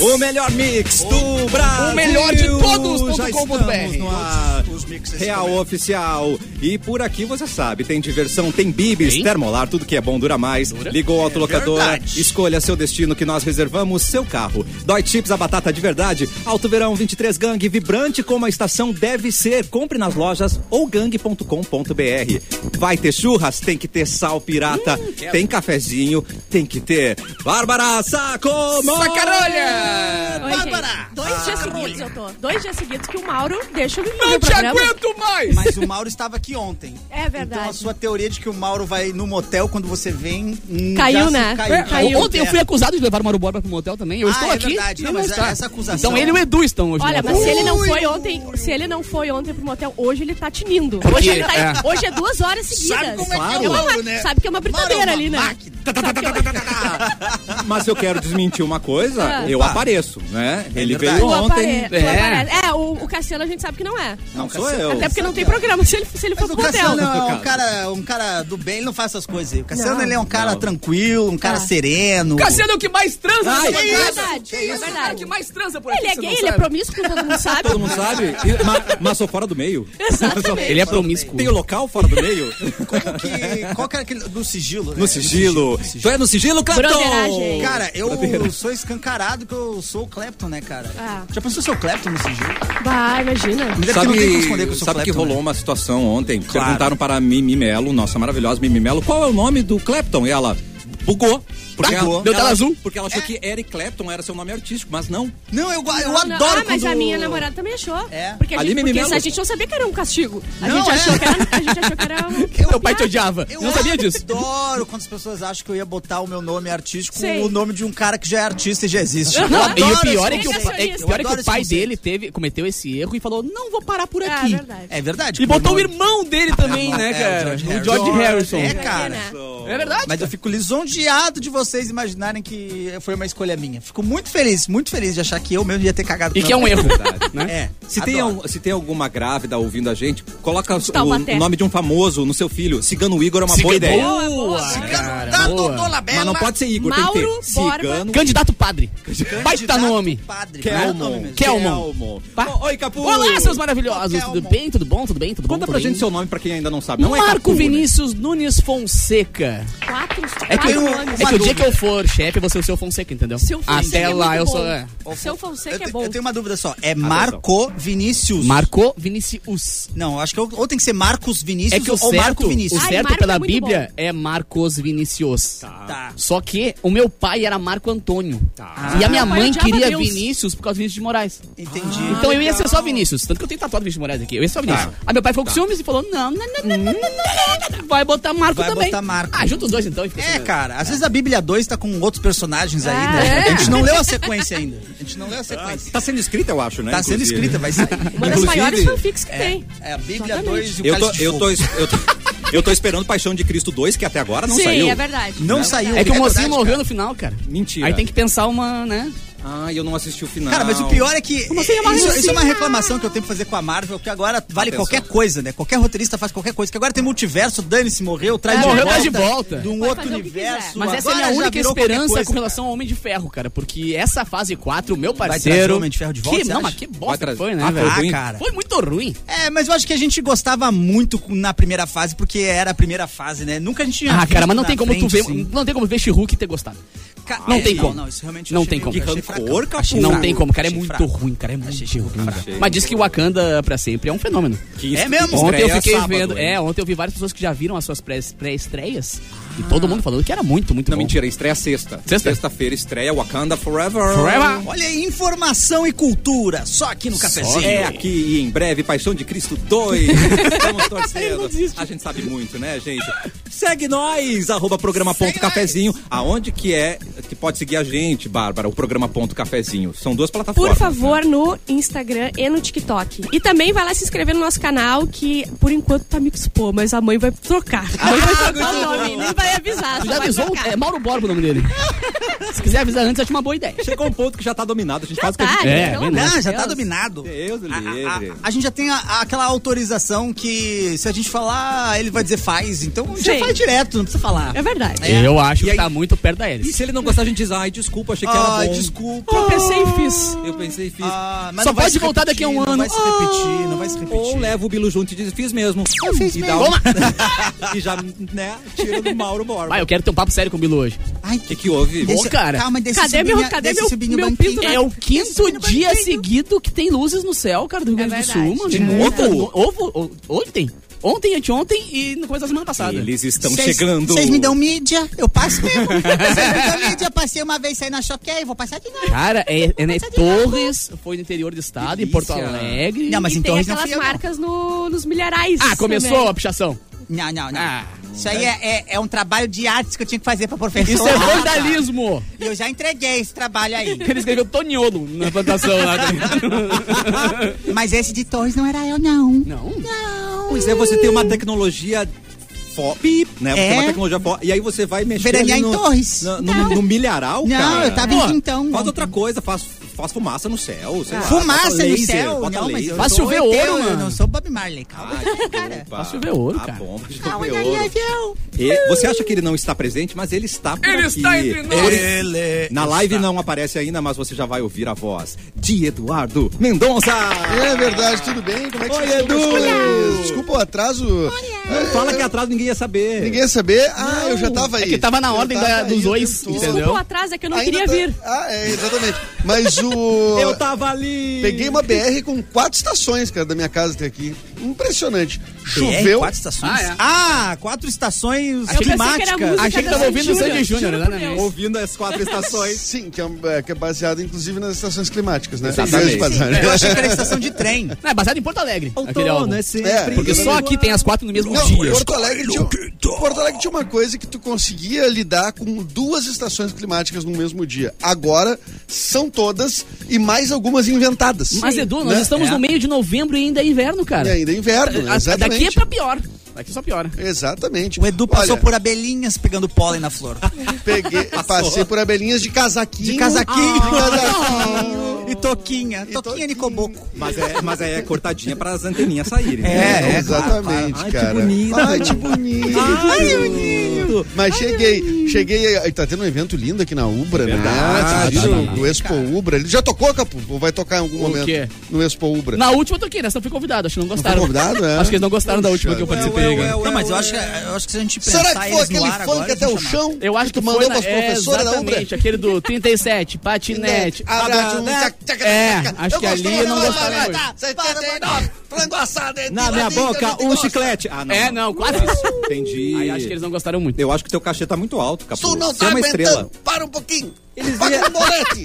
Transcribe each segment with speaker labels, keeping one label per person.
Speaker 1: O melhor mix do Brasil.
Speaker 2: O melhor de todos,
Speaker 1: Já
Speaker 2: ponto com ponto
Speaker 1: estamos
Speaker 2: BR.
Speaker 1: no ar. Real Oficial. E por aqui você sabe, tem diversão, tem bibis,
Speaker 2: Tem?
Speaker 1: termolar, tudo que é bom dura mais. Ligou a autolocadora,
Speaker 2: é verdade.
Speaker 1: escolha seu destino que nós reservamos seu carro. Dói Chips, a batata de verdade. Alto Verão 23 Gang, vibrante como a estação deve ser. Compre nas lojas ou gang.com.br. Vai ter churras, tem que ter sal pirata,
Speaker 2: Hum,
Speaker 1: tem cafezinho, tem que ter Bárbara Sacomori.
Speaker 2: Sacarolha!
Speaker 3: Oi, gente.
Speaker 4: Ah,
Speaker 3: Dois dias seguidos eu tô. Dois dias seguidos que o Mauro deixa eu vir fazer
Speaker 2: Não
Speaker 3: o
Speaker 2: te
Speaker 3: programa.
Speaker 2: aguento mais!
Speaker 4: Mas o Mauro estava aqui ontem.
Speaker 3: É verdade.
Speaker 4: Então a sua teoria de que o Mauro vai no motel quando você vem. hum,
Speaker 3: Caiu,
Speaker 4: já se-
Speaker 3: né?
Speaker 4: Caiu.
Speaker 3: É,
Speaker 4: caiu.
Speaker 2: Ontem eu fui acusado de levar o Mauro Borba pro motel também. Eu
Speaker 4: Ah,
Speaker 2: estou
Speaker 4: é
Speaker 2: aqui.
Speaker 4: verdade.
Speaker 2: e
Speaker 4: Não,
Speaker 2: ele
Speaker 4: mas
Speaker 2: está.
Speaker 4: essa acusação-
Speaker 2: Então ele e o Edu estão hoje.
Speaker 3: Olha,
Speaker 2: no
Speaker 3: mas se
Speaker 2: motel.
Speaker 3: ele não foi ontem, se ele não foi ontem pro motel, hoje ele tá tinindo. Hoje ele tá,
Speaker 2: É.
Speaker 3: hoje é duas horas seguidas.
Speaker 4: Sabe como é que
Speaker 1: Claro.
Speaker 4: é o
Speaker 3: uma
Speaker 4: Mauro,
Speaker 3: ma-
Speaker 4: né?
Speaker 3: Sabe que é uma brincadeira
Speaker 4: Mauro é uma
Speaker 3: ali, né?
Speaker 4: máquina.
Speaker 3: Sabe que é uma-
Speaker 1: Mas eu quero desmentir uma coisa,
Speaker 3: Ah. É
Speaker 1: eu apareço, né? Ele
Speaker 4: verdade.
Speaker 1: veio
Speaker 3: Tu
Speaker 1: ontem.
Speaker 3: apare- tu
Speaker 2: É.
Speaker 3: aparece. É, o, o Cassiano a gente sabe que não é.
Speaker 1: Não sou eu.
Speaker 3: Até porque não tem programa se ele, se ele for
Speaker 4: Mas o
Speaker 3: pro motel.
Speaker 4: Cassiano não, é um
Speaker 1: Cassiano.
Speaker 4: cara, um cara do bem, ele não faz essas coisas aí. O Cassiano
Speaker 1: Não,
Speaker 4: ele é um cara
Speaker 1: não.
Speaker 4: tranquilo, um cara
Speaker 3: Ah.
Speaker 4: sereno.
Speaker 2: Cassiano é o que mais transa.
Speaker 1: Ai,
Speaker 2: nessa
Speaker 1: que
Speaker 3: É
Speaker 2: bancada.
Speaker 3: verdade, é
Speaker 2: Esse é o cara que
Speaker 3: verdade.
Speaker 2: mais transa por aqui,
Speaker 3: Ele é
Speaker 2: você
Speaker 3: gay,
Speaker 2: não
Speaker 3: ele é
Speaker 2: sabe.
Speaker 3: promíscuo, todo mundo sabe.
Speaker 1: Todo mundo sabe, e- ma- mas, sou fora do meio.
Speaker 3: Exatamente.
Speaker 2: Ele é promíscuo.
Speaker 1: Tem o local fora do meio?
Speaker 4: Como que. Qual que era aquele. Do sigilo? né?
Speaker 1: No sigilo.
Speaker 4: Do sigilo.
Speaker 1: Tu é no sigilo, Clapton?
Speaker 3: Broderagem.
Speaker 4: Cara, eu sou escancarado que eu sou o Clapton, né, cara?
Speaker 3: Ah.
Speaker 4: Já pensou ser o Clapton no sigilo?
Speaker 3: Vai, imagina.
Speaker 4: Mas é porque não tem como esconder que eu
Speaker 1: Sabe,
Speaker 4: sou
Speaker 1: sabe que
Speaker 4: Clapton,
Speaker 1: rolou
Speaker 4: né?
Speaker 1: uma situação ontem? Perguntaram para Mimi Melo, nossa maravilhosa Mimi Melo, qual é o nome do Clapton? E ela bugou. Porque
Speaker 2: Bugou.
Speaker 1: ela-
Speaker 2: Deu tela
Speaker 1: ela-
Speaker 2: azul.
Speaker 1: Porque ela achou que Eric Clapton era seu nome artístico, mas não.
Speaker 4: Não, eu, eu
Speaker 3: Não,
Speaker 4: adoro
Speaker 3: Ah, mas
Speaker 4: quando-
Speaker 3: a minha namorada também achou.
Speaker 4: É.
Speaker 3: Porque, a
Speaker 1: Ali
Speaker 3: gente,
Speaker 1: me
Speaker 3: porque
Speaker 1: mimelo.
Speaker 3: a gente não sabia que era um castigo. A,
Speaker 4: Não,
Speaker 3: gente,
Speaker 4: é.
Speaker 3: achou que era, a gente achou que era um...
Speaker 2: Teu pai te odiava.
Speaker 4: Eu
Speaker 2: não sabia disso.
Speaker 4: adoro quando as pessoas acham que eu ia botar o meu nome artístico com
Speaker 3: Sei.
Speaker 4: o nome de um cara que já é artista e já existe. Eu
Speaker 2: Não, e
Speaker 4: adoro
Speaker 2: o pior é
Speaker 4: esse
Speaker 2: que o,
Speaker 3: conceito.
Speaker 2: é, que o
Speaker 4: Eu
Speaker 2: pior é que
Speaker 4: adoro
Speaker 2: o
Speaker 4: esse
Speaker 2: pai
Speaker 4: conceito.
Speaker 2: dele teve, cometeu esse erro e falou: não vou parar por
Speaker 3: Ah,
Speaker 2: aqui.
Speaker 3: verdade.
Speaker 4: É verdade.
Speaker 2: E
Speaker 4: com
Speaker 2: botou o
Speaker 4: nome-
Speaker 2: irmão dele também, né, cara?
Speaker 4: É,
Speaker 2: O
Speaker 4: o
Speaker 2: George,
Speaker 4: George
Speaker 2: Harrison.
Speaker 4: É,
Speaker 3: né?
Speaker 4: cara.
Speaker 2: É verdade.
Speaker 4: Mas eu fico lisonjeado de vocês imaginarem que foi uma escolha minha. Fico muito feliz, muito feliz de achar que eu mesmo ia ter cagado.
Speaker 2: E
Speaker 4: com
Speaker 2: que é um
Speaker 4: meu-
Speaker 2: erro. né?
Speaker 4: É.
Speaker 1: Se tem,
Speaker 4: adoro.
Speaker 1: al- se tem alguma grávida ouvindo a gente, coloca o,
Speaker 3: Taubaté.
Speaker 1: o nome de um famoso no seu filho. Cigano Igor é uma boa
Speaker 2: Cigano-
Speaker 1: ideia.
Speaker 3: Boa, boa.
Speaker 2: cara,
Speaker 4: Dado
Speaker 2: boa.
Speaker 4: Dona Bela,
Speaker 1: Mas não pode ser Igor, tem que
Speaker 3: Mauro
Speaker 1: ter
Speaker 3: Borba.
Speaker 1: Cigano
Speaker 2: Candidato padre. Baita
Speaker 4: candidato
Speaker 2: nome.
Speaker 4: Padre, é o nome
Speaker 2: Kelmon.
Speaker 4: mesmo.
Speaker 2: Kelmon.
Speaker 1: Kelmon.
Speaker 2: Pa-
Speaker 1: Oi, Capu!
Speaker 2: Olá, seus maravilhosos. Tudo
Speaker 4: Kelmon.
Speaker 2: bem? Tudo bom? Tudo bem? Tudo bom?
Speaker 1: Conta
Speaker 2: tudo
Speaker 1: pra
Speaker 2: bem?
Speaker 1: gente seu nome pra quem ainda não sabe. Não é
Speaker 2: Marco
Speaker 1: Capu, né?
Speaker 2: Vinícius Nunes Fonseca.
Speaker 3: Quatro,
Speaker 2: É que,
Speaker 3: quatro
Speaker 2: eu-
Speaker 3: nomes.
Speaker 2: é que o dia que eu for chefe, eu vou ser o seu Fonseca, entendeu?
Speaker 3: Seu Fonseca
Speaker 2: Até
Speaker 3: é
Speaker 2: lá,
Speaker 3: muito
Speaker 2: eu
Speaker 3: bom.
Speaker 2: sou. é.
Speaker 3: Seu
Speaker 4: Eu,
Speaker 3: Fonseca é
Speaker 4: te-
Speaker 3: bom.
Speaker 4: eu tenho uma dúvida só. É Marco Vinícius.
Speaker 2: Marco Vinicius.
Speaker 4: Não, acho que ou ou tem que ser Marcos Vinícius
Speaker 2: É que o
Speaker 4: ou Marco
Speaker 2: certo, o
Speaker 4: Vinícius.
Speaker 3: Ai,
Speaker 2: certo
Speaker 3: Marco
Speaker 2: pela
Speaker 3: é muito
Speaker 2: Bíblia é Marcos Vinicius.
Speaker 4: Tá.
Speaker 2: Só que o meu pai era Marco Antônio. E a minha
Speaker 3: Meu pai
Speaker 2: mãe
Speaker 3: odiava
Speaker 2: queria
Speaker 3: Deus.
Speaker 2: Vinícius por causa do Vinícius de Moraes.
Speaker 4: Entendi.
Speaker 2: então eu ia ser só Vinícius. Tanto que eu tenho tatuado Vinícius de Moraes aqui. Eu ia
Speaker 4: Tá.
Speaker 2: ser só Vinícius. Aí meu pai ficou com ciúmes e falou: não, não, não, não, não, não, não, não. Vai botar Marco
Speaker 4: Vai
Speaker 2: também.
Speaker 4: botar Marco.
Speaker 2: Ah, junta os dois então. e fica
Speaker 4: É,
Speaker 2: assim, né?
Speaker 4: cara, às vezes a Bíblia 2 tá com outros personagens aí,
Speaker 3: Ah,
Speaker 4: né?
Speaker 3: é?
Speaker 4: A gente não leu a sequência ainda. A gente não leu a sequência.
Speaker 1: Tá sendo escrita, eu acho, né?
Speaker 4: Tá sendo
Speaker 1: Inclusive.
Speaker 4: escrita, vai sair.
Speaker 3: Uma das
Speaker 1: Inclusive,
Speaker 3: maiores fanfics que
Speaker 4: É,
Speaker 3: tem.
Speaker 4: é a Bíblia
Speaker 3: Exatamente.
Speaker 4: 2 e o
Speaker 1: Eu tô,
Speaker 4: Cálice de
Speaker 1: eu,
Speaker 4: Fogo.
Speaker 1: tô, es- eu, tô, eu tô esperando Paixão de Cristo 2, que até agora não
Speaker 3: Sim,
Speaker 1: saiu.
Speaker 3: é verdade.
Speaker 4: um Não saiu.
Speaker 2: É que o
Speaker 4: É
Speaker 2: mocinho
Speaker 4: verdade,
Speaker 2: morreu
Speaker 4: cara.
Speaker 2: no final, cara.
Speaker 1: Mentira.
Speaker 2: Aí tem que pensar uma, né?
Speaker 1: Ah, eu não assisti o final.
Speaker 4: Cara, mas o pior é que
Speaker 3: assim é uma
Speaker 4: isso, isso é uma
Speaker 3: reclamação?
Speaker 4: reclamação que eu tenho que fazer com a Marvel, que agora vale
Speaker 1: Atenção.
Speaker 4: qualquer coisa, né? Qualquer roteirista faz qualquer coisa, que agora tem multiverso, dane-se, morreu, traz
Speaker 2: Morreu,
Speaker 4: de volta.
Speaker 2: traz de volta.
Speaker 4: De um
Speaker 3: Pode
Speaker 4: outro
Speaker 3: fazer o que
Speaker 4: universo.
Speaker 3: quiser.
Speaker 2: Mas essa é a
Speaker 4: Agora
Speaker 2: minha
Speaker 4: já
Speaker 2: única
Speaker 4: virou qualquer
Speaker 2: esperança
Speaker 4: coisa,
Speaker 2: com relação ao Homem de Ferro, cara. Porque essa fase 4, meu parceiro.
Speaker 4: trazer o Homem de Ferro de volta,
Speaker 2: Que,
Speaker 4: você
Speaker 2: não,
Speaker 4: acha?
Speaker 2: mas que
Speaker 1: Vai
Speaker 2: bosta que
Speaker 1: trazer.
Speaker 2: foi, né,
Speaker 1: Ah,
Speaker 2: velho?
Speaker 1: ruim.
Speaker 4: cara.
Speaker 2: Foi muito ruim.
Speaker 4: É, mas eu acho que a gente gostava muito com- na primeira fase, porque era a primeira fase, né? Nunca a gente tinha
Speaker 2: Ah,
Speaker 4: visto
Speaker 2: cara, mas não
Speaker 4: na
Speaker 2: tem como tu
Speaker 4: frente,
Speaker 2: ver.
Speaker 4: assim.
Speaker 2: Não tem como ver She-Hulk e ter gostado.
Speaker 4: Ca-
Speaker 2: Não
Speaker 4: é,
Speaker 2: tem como.
Speaker 4: Não, isso realmente eu
Speaker 2: Não
Speaker 4: achei
Speaker 2: tem
Speaker 4: meio-
Speaker 2: como.
Speaker 4: eu achei
Speaker 1: Que
Speaker 4: fraco.
Speaker 1: rancor, cara.
Speaker 4: Achei
Speaker 2: não
Speaker 4: fraco,
Speaker 2: tem como, cara. É
Speaker 4: achei
Speaker 2: muito
Speaker 4: fraco.
Speaker 2: ruim, cara. É muito ruim. cara.
Speaker 1: fraco.
Speaker 2: Mas diz que Wakanda pra sempre é um fenômeno.
Speaker 1: Que
Speaker 4: É mesmo?
Speaker 1: estreia
Speaker 2: Ontem eu fiquei
Speaker 1: sábado,
Speaker 2: vendo.
Speaker 1: hein?
Speaker 2: É, ontem eu vi várias pessoas que já viram as suas pré- pré-estreias. E todo mundo falando que era muito, muito
Speaker 1: Não,
Speaker 2: bom.
Speaker 1: mentira, estreia sexta.
Speaker 2: Sexta?
Speaker 1: Sexta-feira estreia Wakanda Forever.
Speaker 2: Forever.
Speaker 4: Olha aí, informação e cultura, só aqui no cafezinho.
Speaker 1: É aqui e em breve, Paixão de Cristo 2. Estamos torcendo. A gente sabe muito, né, gente? Segue nós, arroba programa ponto cafezinho. Aonde que é que pode seguir a gente, Bárbara, o programa ponto cafezinho? São duas plataformas. né?
Speaker 3: Por favor, no Instagram e no TikTok. E também vai lá se inscrever no nosso canal, que por enquanto tá me expor, mas a mãe vai
Speaker 4: Ah,
Speaker 3: trocar. A mãe vai trocar o nome, nem vai avisar.
Speaker 2: Tu
Speaker 3: só
Speaker 2: já
Speaker 3: vai
Speaker 2: avisou?
Speaker 3: trocar.
Speaker 2: É Mauro Borba o nome dele. Se quiser avisar antes, eu acho uma boa ideia.
Speaker 1: Chegou um ponto que já tá dominado, a gente faz o que a
Speaker 3: tá,
Speaker 1: gente
Speaker 2: É,
Speaker 3: gente, pelo
Speaker 2: bem
Speaker 3: amor de
Speaker 2: nessa.
Speaker 4: Não,
Speaker 2: Nossa,
Speaker 4: já tá
Speaker 2: Deus.
Speaker 4: dominado.
Speaker 1: Deus
Speaker 4: A- a-
Speaker 1: livre.
Speaker 4: A, a gente já tem a- a- aquela autorização que se a gente falar, ele vai dizer faz. Então já
Speaker 3: Sim.
Speaker 4: faz direto, não precisa falar.
Speaker 3: É verdade.
Speaker 2: Eu acho
Speaker 1: E
Speaker 2: que
Speaker 1: aí-
Speaker 2: tá muito perto da Alice.
Speaker 1: E se ele não gostar, a gente diz, ai, desculpa, achei que era
Speaker 4: Ai,
Speaker 1: bom.
Speaker 4: desculpa.
Speaker 3: Tropecei e fiz.
Speaker 1: Eu pensei e fiz.
Speaker 4: Ah, mas
Speaker 2: Só
Speaker 4: não vai
Speaker 2: pode
Speaker 4: se
Speaker 2: voltar daqui a um
Speaker 4: repetir,
Speaker 2: ano. Ah,
Speaker 4: Não vai se repetir, não vai se repetir.
Speaker 1: Ou leva o Bilo junto e diz, fiz mesmo. Eu fiz e dá
Speaker 2: mesmo.
Speaker 1: uma- e já, né, tira do Mauro Borba.
Speaker 2: Vai, eu quero ter um papo sério com o Bilu hoje.
Speaker 4: Ai,
Speaker 1: O que que houve?
Speaker 2: Bom, cara.
Speaker 4: Calma, desce
Speaker 3: Cadê
Speaker 4: subinha-
Speaker 3: meu- cadê
Speaker 4: desce
Speaker 3: meu-
Speaker 4: subinha o
Speaker 3: meu
Speaker 4: banquinho.
Speaker 3: pinto na-
Speaker 2: É o quinto
Speaker 4: subindo no
Speaker 2: dia
Speaker 4: banquinho.
Speaker 2: seguido que tem luzes no céu, cara, do Rio
Speaker 3: É
Speaker 2: Grande do Sul,
Speaker 3: verdade.
Speaker 2: mano.
Speaker 3: De
Speaker 1: novo?
Speaker 2: Novo? Ovo? o- Ontem? Ontem, anteontem e no começo da semana passada.
Speaker 1: Eles estão
Speaker 4: Vocês-
Speaker 1: chegando.
Speaker 4: Vocês me dão mídia, eu passo mesmo. Vocês me dão mídia, eu passei uma vez, saí na Choquei, vou passar de novo.
Speaker 2: Cara, é, é, né, Torres foi no interior do estado, em Porto
Speaker 1: Delícia.
Speaker 2: Alegre.
Speaker 4: Não, mas
Speaker 3: e
Speaker 4: em
Speaker 3: tem
Speaker 4: Torres não
Speaker 3: aquelas
Speaker 4: fui eu, não.
Speaker 3: marcas no- nos milharais.
Speaker 2: Ah, começou
Speaker 3: também.
Speaker 2: a pichação.
Speaker 4: Não, não, não.
Speaker 2: Ah.
Speaker 4: Isso aí é, é- é um trabalho de artes que eu tinha que fazer pra professora.
Speaker 2: Isso é vandalismo.
Speaker 4: E eu já entreguei esse trabalho aí.
Speaker 2: Ele escreveu Toniolo na plantação lá.
Speaker 4: Mas esse de Torres não era eu, não.
Speaker 2: Não?
Speaker 1: Pois é, você tem uma tecnologia fo... Pip, né? Você
Speaker 4: É.
Speaker 1: tem uma tecnologia fo... E aí você vai mexer
Speaker 4: Veranear
Speaker 1: ali no,
Speaker 4: em Torres.
Speaker 1: No, no- no milharal,
Speaker 4: Não,
Speaker 1: cara.
Speaker 4: eu tava então, em né? Quintão
Speaker 1: Faz
Speaker 4: ontem.
Speaker 1: outra coisa, faz, faz fumaça no céu, sei lá.
Speaker 4: Fumaça
Speaker 1: bota
Speaker 4: no
Speaker 1: laser,
Speaker 4: céu.
Speaker 1: Bota
Speaker 4: Não, mas
Speaker 1: laser.
Speaker 4: eu
Speaker 2: Faz
Speaker 4: sou
Speaker 2: chover
Speaker 4: ET,
Speaker 2: ouro,
Speaker 4: Eu
Speaker 2: mano.
Speaker 4: não sou Bob Marley, calma.
Speaker 2: Faz chover ouro,
Speaker 1: Ah,
Speaker 2: cara.
Speaker 1: bom, faz chover
Speaker 4: Calma,
Speaker 1: ouro.
Speaker 4: avião.
Speaker 1: E você acha que ele não está presente, mas ele está por ele aqui. Está entre nós. Na live não aparece ainda, mas você já vai ouvir a voz de Eduardo Mendonça.
Speaker 5: É verdade, tudo bem? Como é que
Speaker 1: Oi,
Speaker 5: vocês estão?
Speaker 1: Edu!
Speaker 5: Olha! Desculpa o atraso.
Speaker 1: Não Fala que atrás ninguém ia saber.
Speaker 5: Ninguém ia saber. Ah, eu já tava aí.
Speaker 2: É que tava na
Speaker 5: Eu
Speaker 2: ordem da- dos
Speaker 5: aí o
Speaker 2: dois,
Speaker 5: tempo todo.
Speaker 2: entendeu?
Speaker 3: Desculpa o atraso, é que eu não
Speaker 5: Ainda
Speaker 3: queria
Speaker 5: tá-
Speaker 3: vir.
Speaker 5: Ah, é, exatamente. Mas o...
Speaker 1: Eu tava ali.
Speaker 5: Peguei uma BR com quatro estações, cara, da minha casa até aqui. Impressionante.
Speaker 4: BR,
Speaker 5: Choveu.
Speaker 4: Quatro estações?
Speaker 2: Ah, é.
Speaker 4: Ah, quatro estações
Speaker 2: Achei que-
Speaker 3: Pensei que era
Speaker 4: climáticas.
Speaker 3: música
Speaker 2: Achei que
Speaker 3: da
Speaker 2: tava ouvindo o
Speaker 3: Sandy
Speaker 2: Sandy Júnior,
Speaker 3: Júnior,
Speaker 2: né?
Speaker 3: juro por Deus.
Speaker 1: Ouvindo as quatro estações.
Speaker 5: Sim, que é, um- é, que é baseado inclusive nas estações climáticas, né?
Speaker 1: Exatamente.
Speaker 5: Desde passagem.
Speaker 4: Eu achei que era estação de trem.
Speaker 2: Não, é baseado em Porto Alegre. aquele álbum.
Speaker 1: né? sempre.
Speaker 5: É,
Speaker 2: Porque só aqui tem as quatro no mesmo
Speaker 5: Não,
Speaker 2: dia.
Speaker 5: Porto Alegre, tinha, um- Porto Alegre tinha uma coisa que tu conseguia lidar com duas estações climáticas no mesmo dia. Agora são todas e mais algumas inventadas.
Speaker 2: Mas, Edu, nós estamos
Speaker 4: É.
Speaker 2: no meio de novembro e ainda é inverno, cara.
Speaker 5: né? E ainda é inverno,
Speaker 2: A-
Speaker 5: exatamente.
Speaker 2: Daqui é pra pior. Daqui só piora.
Speaker 5: Exatamente.
Speaker 4: O Edu passou
Speaker 5: Olha,
Speaker 4: por abelhinhas pegando pólen na flor.
Speaker 5: peguei- passei por abelhinhas de casaquinho.
Speaker 4: De casaquinho.
Speaker 5: De casaquinho.
Speaker 4: E toquinha. Toquinha de coboco.
Speaker 1: Mas é, mas é cortadinha para as anteninhas saírem.
Speaker 4: É,
Speaker 1: né?
Speaker 4: é,
Speaker 5: exatamente,
Speaker 1: claro. Ai, que
Speaker 5: cara.
Speaker 1: bonito.
Speaker 5: Ai, que bonito. Mas cheguei, cheguei. aí Tá tendo um evento lindo aqui na Ubra,
Speaker 1: Verdade.
Speaker 5: né? Ah, o Expo Ubra. Ele já tocou, Capu? Ou vai tocar em algum
Speaker 2: O
Speaker 5: momento?
Speaker 2: quê?
Speaker 5: No Expo Ubra.
Speaker 2: Na última eu toquei, nessa eu fui convidado, acho que não gostaram.
Speaker 5: foi convidado, é?
Speaker 2: Acho que eles não gostaram da última que eu
Speaker 5: Puxa. é
Speaker 2: participei. cara.
Speaker 4: Não, mas eu acho, que, é, eu acho que se a gente pensar
Speaker 1: tá
Speaker 5: Será que
Speaker 4: eles
Speaker 5: foi
Speaker 4: no
Speaker 5: aquele
Speaker 4: ar agora,
Speaker 5: funk
Speaker 4: eles
Speaker 5: até
Speaker 4: vão
Speaker 5: o
Speaker 4: chamar.
Speaker 5: chão?
Speaker 2: Eu acho que
Speaker 5: mandou
Speaker 2: foi na...
Speaker 5: pras professoras da Ubra?
Speaker 2: exatamente, aquele do 37, patinete.
Speaker 5: um
Speaker 2: É, acho que ali não gostaram muito.
Speaker 5: Ah, tá, 79, frango assado.
Speaker 1: Na minha boca, um chiclete. Ah, não.
Speaker 2: É, não, quase isso.
Speaker 1: Entendi.
Speaker 2: Aí acho que eles não gostaram muito.
Speaker 1: Eu acho que teu cachê tá muito alto, Capu.
Speaker 5: Tu não
Speaker 1: Você
Speaker 5: tá
Speaker 1: é uma estrela.
Speaker 5: aguentando. Para um pouquinho. Paga o bolete.